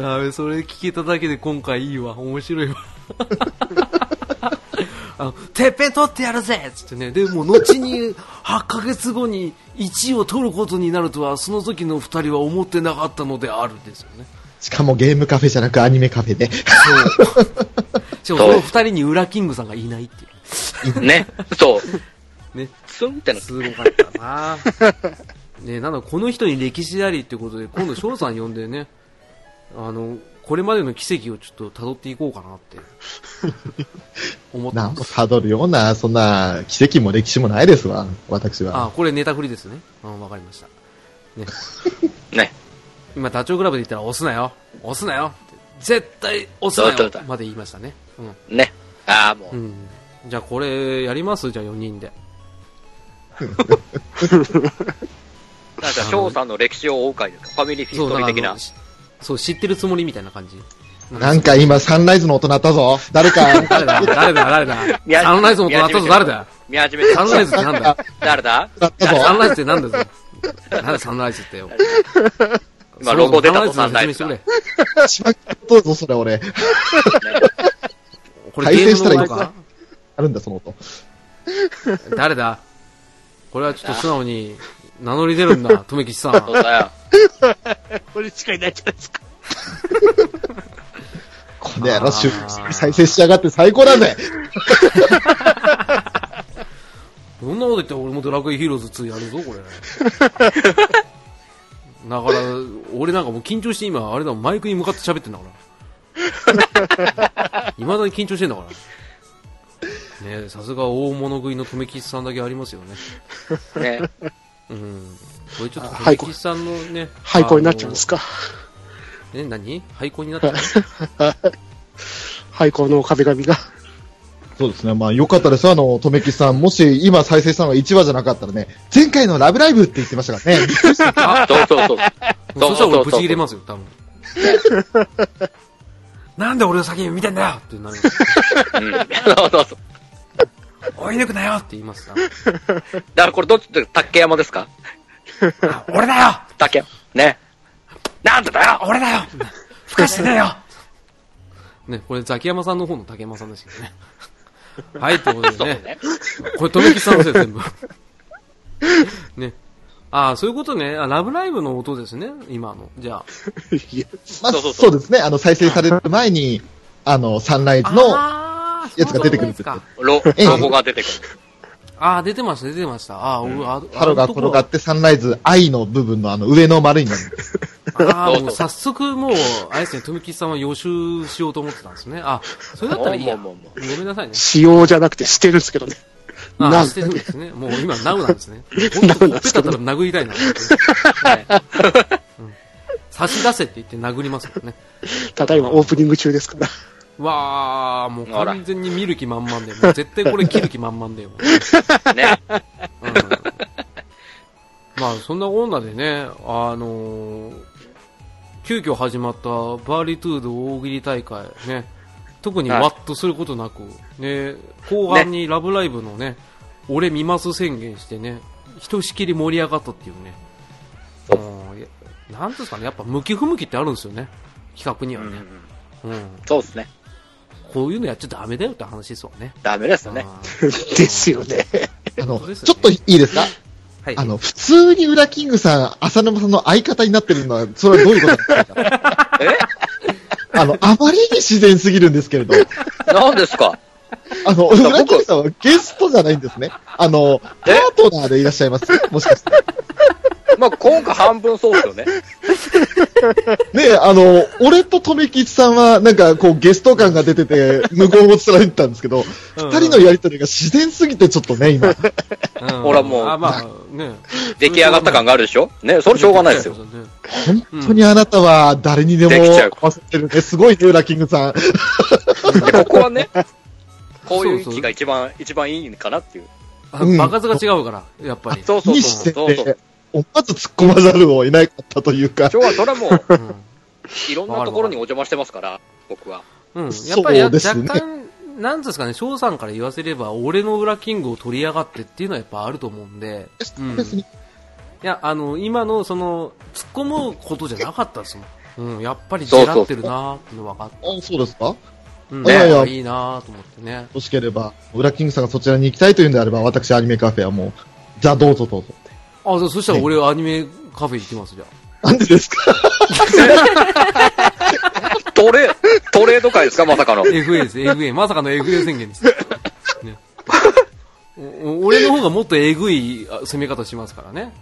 やべ、それ聞けただけで今回いいわ、面白いわ。 あのてっぺん取ってやるぜっつってね、でも後に8ヶ月後に1位を取ることになるとは、その時の2人は思ってなかったのであるんですよね。
しかもゲームカフェじゃなくアニメカフェで。
しかもその2人に裏キングさんがいないっていう。
ね。そう。
ね
スンってなって。
すごかったな ねなんだこの人に歴史ありってことで、今度翔さん呼んでね、あの、これまでの奇跡をちょっと辿っていこうかなって、思って
な
ま
んも
す。
辿るような、そんな奇跡も歴史もないですわ、私は。
あ、これネタ振りですね。うん、わかりました。ね、
ね。
今、ダチョウ倶楽部で言ったら押すなよ押すなよって絶対押す
そうだ
な
そうだ
よまで言いましたね。うん。
ね。ああ、もう
う。ん。じゃあこれやりますじゃあ4人で。
なんか、翔さんの歴史を追う会ですかファミリーヒストリー的
あ
な
の。しそう、知ってるつもりみたいな 感じ。
なんか今、サンライズの音鳴ったぞ。 誰か、
誰だ誰だ誰だサンライズの音鳴ったぞ誰だ
見始めてる
サンライズってなん だよ
誰だ
鳴った
サ
ぞ。
ンライズってなんだぞなんだサンライズってよ。
今、ロゴ出たぞ、
そ
サ
ろ
ン
そ
ライズが。
ろ説明してく
ね
れ。
どうぞ、それ俺。
これゲ
対
ームの音
戦したらい
か。
あるんだ、その音。
誰だこれはちょっと素直に名乗り出るんだ、 とめきちさん。
そうだよ。
これしかいないじゃないですか。
この野郎、
あー
修再生しやがって最高だぜ。
そんなこと言って俺もドラクエヒーローズ2やるぞ、こ れ。だから、俺なんかもう緊張して今、あれだもん、マイクに向かって喋ってんだ から。いまだに緊張してんだから。ねえさすが大物食いの留吉さんだけありますよね。
ね。
うん。これちょっ
あ
と
はい
留吉さんのね。
廃校になっちゃうんですか。
あの。ね、何廃校になっちゃう。
廃校の壁紙が。
そうですね。まあ、よかったです。あの、とめきさん。もし、今再生したのが1話じゃなかったらね、前回のラブライブって言ってましたからね。
そうそうそう。そう
そしたら
そうそう
俺ブチ切れますよ、 多分。なんで俺を先に見てんだよって なる。
うん。そうそうそう。
追い抜くなよって言い ます。多分
だからこれどっちって竹山ですか
あ俺だよ
竹山。ね。なんでだよ
俺だよふかしてねえよね、これザキヤマさんの方の竹山さんですけどね。はい、ということで
そう
ね。
ね。
これ、とめきさんのせい全部。ね。ああ、そういうことね。あ、ラブライブの音ですね。今の。じゃあ。
いや
まあ、
そうそう
そうですね。あの、再生される前に、あの、サンライズの、
あー
やつが出てくるって
そうなんですか
ロロゴが出てくる。
ああ、出てました、出てました。ああ、うあ
ハロが転が
っ
ってサンライズ愛の部分のあの上の丸になる。
あ
どう
あ、
ぞ
もう早速もう、あれですね、とめきさんは予習しようと思ってたんですね。あ、それだったらいいや。
もうもうも
ごめんなさいね。
使用じゃなくてしてるんですけどね。
あ
な
あ、してるんですね。もう今、ナウなんですね。 ほんと、ほっぺたったら殴りたいな。ねうん差し出せって言って殴りますもんね。
ただいまオープニング中ですから。
わー、もう完全に見る気満々で、もう絶対これ切る気満々だよ。
ね。
うんまあ、そんなこんなでね、あのー急遽始まったバーリトゥード大喜利大会ね、特に
はい
ワッとすることなく、ね、後半にラブライブのね、俺見ます宣言してね、ひとしきり盛り上がったっていうね、うんいやなんていうんですかね、やっぱ向き不向きってあるんですよね、企画に
う
は
んう
ね。
ん
うん
そうですね。
こういうのやっちゃダメだよって話ですわね。
ダメですよね。
あ
ですよね。
あの、
本当ですよ
ち
ね
ょっといいですか
ーはい
あの、普通に裏キングさん、浅沼さんの相方になってるのは、それはどういうこと なんですかあの、あまりに自然すぎるんですけれど、
なんですか
あの、
僕
裏キングさんはゲストじゃないんですね。あの、パ
え
ートナーでいらっしゃいますもしかして。
まあ、今回半分そうですよね。
ねえ、あの、俺と留吉さんは、なんかこう、ゲスト感が出てて、無言を貫いてたんですけど、
うん
二人のやりとりが自然すぎて、ちょっとね、今。
うん
ほらもう
あ、まあ、ね。
出来上がった感があるでしょね、それしょうがないですよ。
本当にあなたは誰にでも
できちゃう
合わせてるね。すごいね、裏キングさん。
で、ここは ね、こういう位
そう
置
そう
が一番、一番いいかなっていう。
あ
うん
場数が違うから、やっぱり。
そうそう
にし
そう。
て
そうそう
て。、思わず突っ込まざるを得なかったというか。
今日はそれはもう、
うん
いろんなところにお邪魔してますから、僕は。
うん。やっぱり
そう
や
で
若
すね
干、なんですかね、翔さんから言わせれば、俺の裏キングを取りやがってっていうのはやっぱあると思うんで、うん。
別に
いや、あの、今の、その、突っ込むことじゃなかったですもん。うん、やっぱり狙ってるなーっていうの分かっ
あそうですか
うん、
いやいや
やっぱいいなーと思ってね。
よしければ、裏キングさんがそちらに行きたいというんであれば、私アニメカフェはもう、じゃあどうぞどうぞ。
あ、そうそしたら俺アニメカフェ行きます、じゃ
なんでですか
トレ、トレード会ですかまさかの
あ。。FA です、FA。まさかの FA 宣言です。ねお俺の方がもっとえぐいあ攻め方しますからね。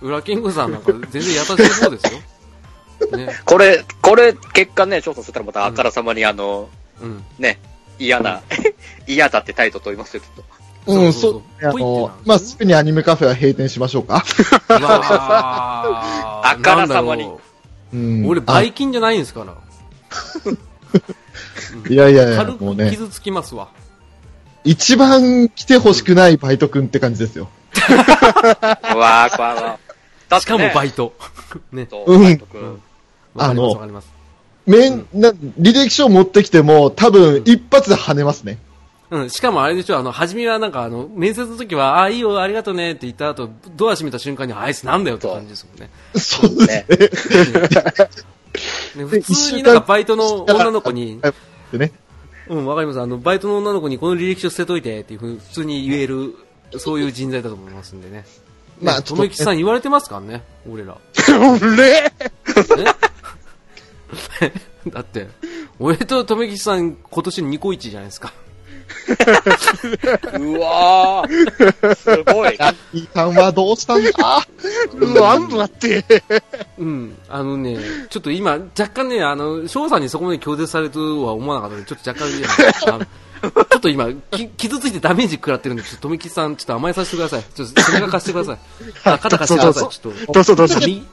裏キングさんなんか全然優しい方ですよ。ね。
これ、これ、結果ね、翔さんそしたらまたあからさまにあの、
うん。
ね、嫌な、 嫌だって態度取りますよ、きっと。
うん、
そ
そうう
そう
あ
ポイってな
の
る、
まあ、すぐにアニメカフェは閉店しましょうか。
うわー
あからさまに
なんだろ
うん
う俺、バイキンじゃないんですから。
あいやいやいや、
軽
もう
く
ね、
傷つきますわ。
一番来てほしくないバイト君って感じですよ。
うわー、こわわ。
しかもバ
イ
イト。ね。
ト。
うん
バイトくん。
わかりま
あの
すわかります。
めん、な、履歴書を持ってきても、多分、一発で跳ねますね。
うん、しかもあれでしょ、あの、初めはなんか、あの、面接の時は、ああ、いいよ、ありがとうねって言った後、ドア閉めた瞬間に、あいつなんだよって感じですもんね。
そうですね。
ね普通になんかバイトの女の子に、
でね。
うん、わかります。あの、バイトの女の子にこの履歴書捨てといてっていうふうに普通に言える、そういう人材だと思いますんでね。
ま
まあ、
あ
ともきさん言われてますからね、俺ら。
俺
ね だって、俺ととめきさん今年ニコイチじゃないですか。
うわー。すごい。
ラッキーさんはどうしたんだ
うわ、待って。
うん、あのね、ちょっと今、若干ね、あの、翔さんにそこまで拒絶されるとは思わなかったので、ちょっと若干、あのちょっと今、き傷ついてダメージ食らってるんで、ちょっと富木さん、ちょっと甘えさせてください。ちょっと背中貸してください。 あ、肩貸してください。ちょっと。
どうぞどうぞ。
み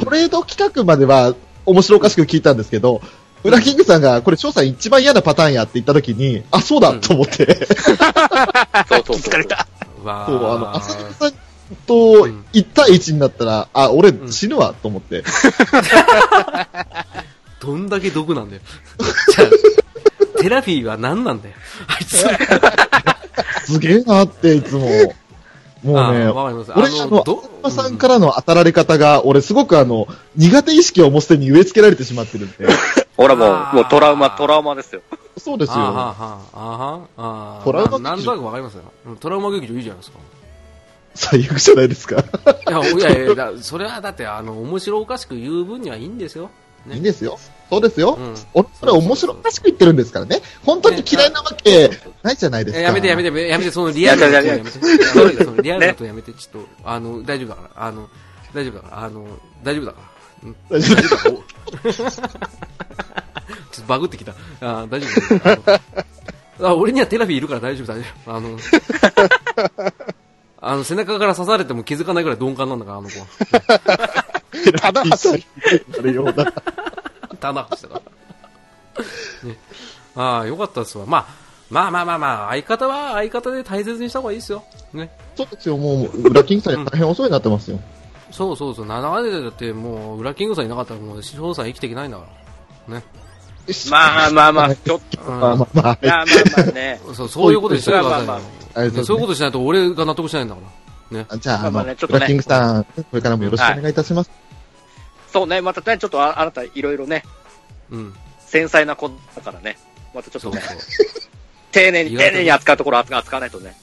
トレード企画までは、面白おかしく聞いたんですけど、ウラキングさんが、これ、翔さん一番嫌なパターンやって言った時に、あ、 そうだと思って、
そうそうそう。疲れた。
わ
そう、あの、
あ
浅野さんと
うん
1対1になったら、あ、俺
ん
死ぬわと思って。
どんだけ毒なんだ よ。じゃあ、テラフィーは何なんだよ。あいつ。
すげえなって、いつも。もうね
あ、わかります。
俺、あの、
ど
浅野さんからの当たられ方が、俺すごくあの、苦手意識をもうすでに植え付けられてしまってるん で。
ほらも
あー
う、もうトラウマ、トラウマですよ。
そうです
あは
よ。
はあはあ
トラウマ劇場
ななんとなくわかりますよ。うんトラウマ劇場いいじゃないですか。
最悪じゃないですか。
いや、いやいやだ、それはだって、あの、面白おかしく言う分にはいいんですよ。ね
いいんですよ。そうですよ
うん。
俺、それ面白おかしく言ってるんですからね。本当に嫌いなわけないじゃないです
え
か。
やめてやめ
て。
てやめて、やめて、そのリアルなことやめて。そのそのリアルなことやめて、ちょっと、あの、大丈夫だから、あの、大丈夫だから、あの、大丈夫だから。うん
大丈夫
大丈夫だからおちょっとバグってきた。あー大丈夫だからあのあ俺にはテラフィーいるから大丈夫、大丈夫。あ の、あの背中から刺されても気づかないぐらい鈍感なんだから、あの子は。
ただ
一緒になるような。
棚橋だから。ね、ああ、よかったですわ。まあ、まあまあまあまあ、相方は相方で大切にした方がいいですよ。ね。
そうですよ、もう、裏キングさん大変お世話になってますよ。
そうそうそう、7年だってもう、裏キングさんいなかったらもう、翔さん生きていけないんだから。ね。
まあまあまあ、ちょっと。
うん
まあまあまあ。
まあまあまあ ね。
そうそういうことにしてください
ま
よ、
あまあ
まあ
ねそういうことしないと俺が納得しないんだから。ね。
じゃあ、
ま
あ
あまあ
の、
ね
ブ
ちょっとね
ラッキングさん、これからもよろしくお願いいたします。
そうね、またね、ちょっとああなたいろいろね、
うん。
繊細な子だからね。またちょっ
そ
と
う
ね、
そ
丁寧に、
意外と
丁寧に扱うところは扱扱わないとね。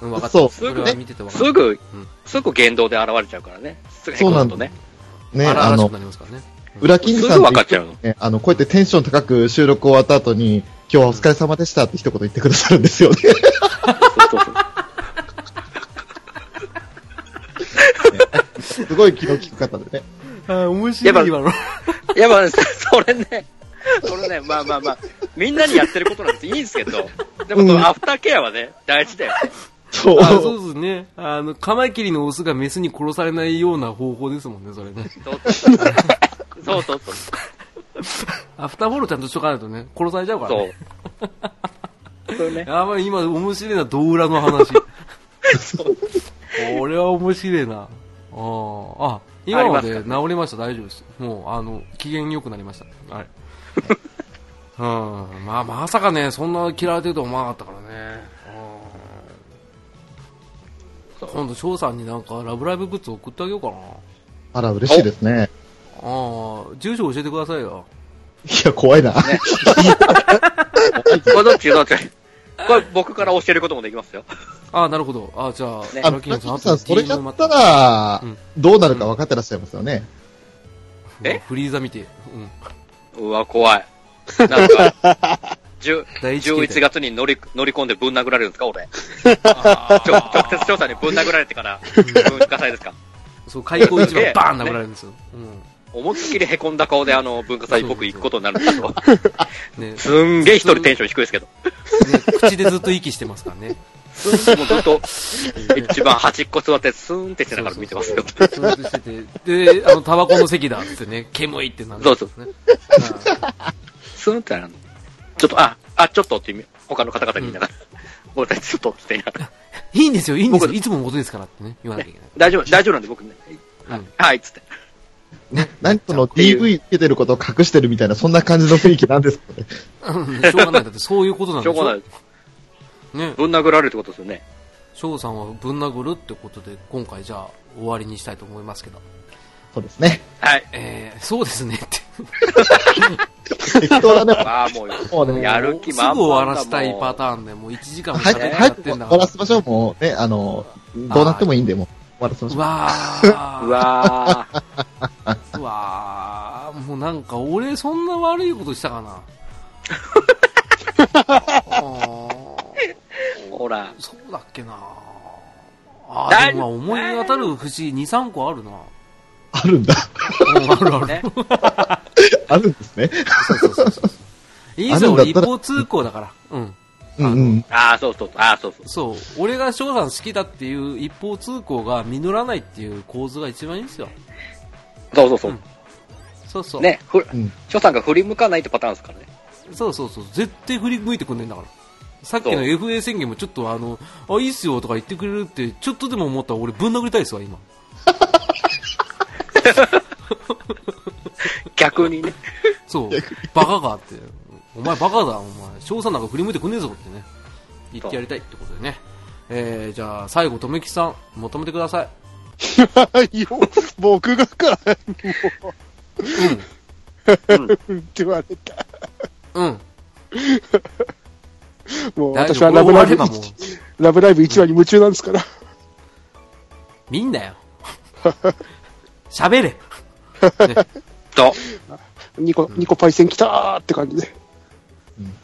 う。うん、分かった。
そう
れは見てて分かった。
すぐ
ん、
すぐ言動で現れちゃうからね。すぐ
そうなんだ
とね。
ね、
荒
あ
々し
の
くな、りますからね。
裏キン
す
グ
ぐ
さん
分
っ
かってちゃうの。
ね、あの、こうやってテンション高く収録終わった後に、今日はお疲れ様でしたって一言言ってくださるんです よね。
そうそう
すごい気の利く方でね。
あ面
白い
今の。
いや、まあ、それね、それね、まあまあまあ、みんなにやってることなんていいんですけど、でも、
うん
アフターケアはね、大事だよね。
そ
あそう
う。
ですね。あの、カマキリのオスがメスに殺されないような方法ですもんね、それね。
そうそうそう。そうそうそう。
アフターボールちゃんとしとかないとね、殺されちゃうからね。
そう。それね、
やばい、今、面白いな、ドウラの話。これは面白いな。あーあ、今まで
あります
治りました、大丈夫です。もう、あの、機嫌良くなりました。あれ。うん、まあ、まさかね、そんな嫌われてるとは思わなかったからね。うん今度、翔さんになんか、ラブライブグッズ送ってあげようかな。
あら、嬉しいですね。
ああ、住所教えてくださいよ。
いや、怖いな。
これどっちどっちこれ僕から教えることもできますよ。
ああ、なるほど。ああ、じゃあ、
ね
あ
ラ
の、
ッキーさん、あ
さ
と
ん、それや
DM
っ
待
た
って
ら
うん、
どうなるか分かってらっしゃいますよね。
え
フリーザ見て。うん。
うわ、怖い。なんか、 10
第一形
11
態
月に乗り乗り込んでぶん殴られるんですか、俺。
あ
ちょ直接調査にぶん殴られてから、文化祭ですか。
そう、開口一 番
ね
バーン殴られるんですよ。う
思いっきりへこんだ顔であの文化祭僕行くことになるんですけど、
ん。ね、ね
すんげえ一人テンション低いですけど、
口でずっと息してますから
も
ね。
うずっと一番端っこ座ってスーンってしながら見てますよ。
そうしてて、で、あの、タバコの席だっつってね、煙いってなるんですね。
スーンってなるのちょっと、あ、あ、ちょっとって意味他の方々に言いながら、俺たちちょっとって言いな がら、
いいんですよ、いいんですよ。
僕
いつものことですからってね、言わなきゃいけない。
大丈夫、大丈夫なんで僕ね、
うん
はい、つって。
何その DV つけてることを隠してるみたいな、そんな感じの雰囲気なんですかね。
うんしょうがない。だってそういうことなん
しょ
で
う
しょ
がない。
ね。
ぶん殴られるってことですよね。
翔さんはぶん殴るってことで、今回じゃあ終わりにしたいと思いますけど。
そうですね。
はい。
えー、そうですねって。
適当だね。
ああ、も
もう
う、
ね
やる気
すぐ
満々だ
終わらせたい
もう
パターンで、もう1時間も
入って、
や
入
っ
って
てん
終
だ
わらせましょう。もうね、あの、どうなってもいいんで、もう終わらせましょ
う
う。
わー。
うわー
うわーもうなんか俺そんな悪いことしたか なあー
ほら、
そうだっけなあー
だい
でも思い当たる節23個あるな
あるんだ。
うんあるある、
ね
あるんですね。
いい
ある
ぞ
んだったら
俺一方通行だからうん
うんうん。
ああ、そうそうそう、ああ、そうそう。
そう俺が翔さん好きだっていう一方通行が実らないっていう構図が一番いいんですよ
そうそうそう。
そうそう、
ね、ふ、
うん
翔さんが振り向かないってパターンですからね。
そうそうそう絶対振り向いてくんねえんだからさっきの
そう
FA 宣言もちょっとあのあいいっすよとか言ってくれるってちょっとでも思ったら俺ぶん殴りたいですわ今
逆にね。
そう、バカかって、お前バカだ、お前、翔さんなんか振り向いてくんねえぞってね、言ってやりたいってことでね。えー、じゃあ、最後、とめきさん、求めてください。
よ、僕がか、もう、うん、って言われた。
うん。
もう、
大
私
丈夫、
はラブライ
れ
ブ
ば、もう、
ラブライブ1話に夢中なんですから。
見んなよ。 喋れ。ね
と、
ニコ、ニコパイセン来たーって感じで。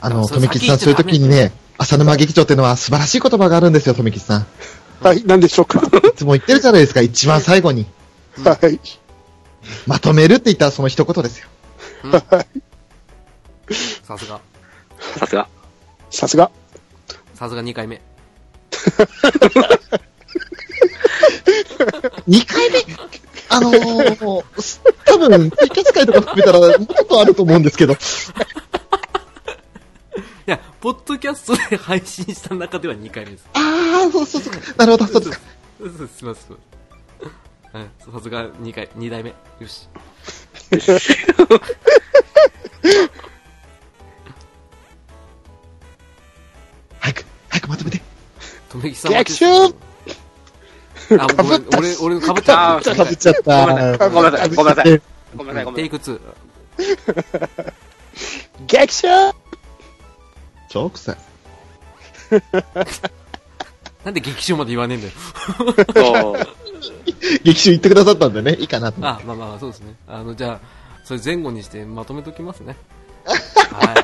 あの、
そう
富吉さん、
先
そう
行
いう
っ
時
ちゃダメ
にね、浅沼劇場っていうのは素晴らしい言葉があるんですよ、富吉さん。
はい、なんでしょうか。
いつも言ってるじゃないですか、一番最後に。
はい。
まとめるって言ったらその一言ですよ。
さすが。
さすが。
さすが。
さすが2回目。
2回目、あのー、もうす多分、追加使いとか含めたら、もっとあると思うんですけど、
いや、ポッドキャストで配信した中では2回目です。
ああ、そうそうそう、なるほど、そうですか。
うんすいません。うんさすが2回、2代目。よし。
早く、早くまとめて。
とめきさんは
逆襲
あ、ごめん、俺、俺のかぶっちゃ
あ
った。
ー
かぶっちゃっ
ごめんなさ
た。
い、ごめんなさい、ごめんなさい。ごめんなさい、ごめ
テ
ん
イ
なさ
ク2。
逆襲
超臭い。
なんで劇場まで言わねえんだよ。
い。そう
劇中言ってくださったんでね、いいかなと思って。
あ、まあまあ、そうですね。あの、じゃあ、それ前後にしてまとめときますね。は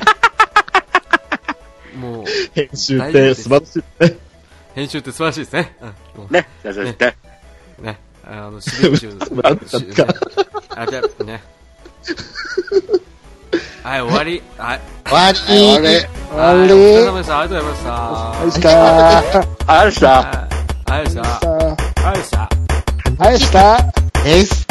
い。もう、
編集って素晴らしいですね。
編集って素晴らしいですね。うんもう
ね、じゃあ、じゃあ、じゃあ
ね。あの、しびちゅう。
なんだっけ
あ、じゃあ、ね。はい、終わり。はい。
終わ
あ
りー
れあ
はいお疲れ様で
れ
した。ありがとうございました。
あれした
あれした。
はいありがとうございました。あ
ー
りがとうございました。
あれした
です。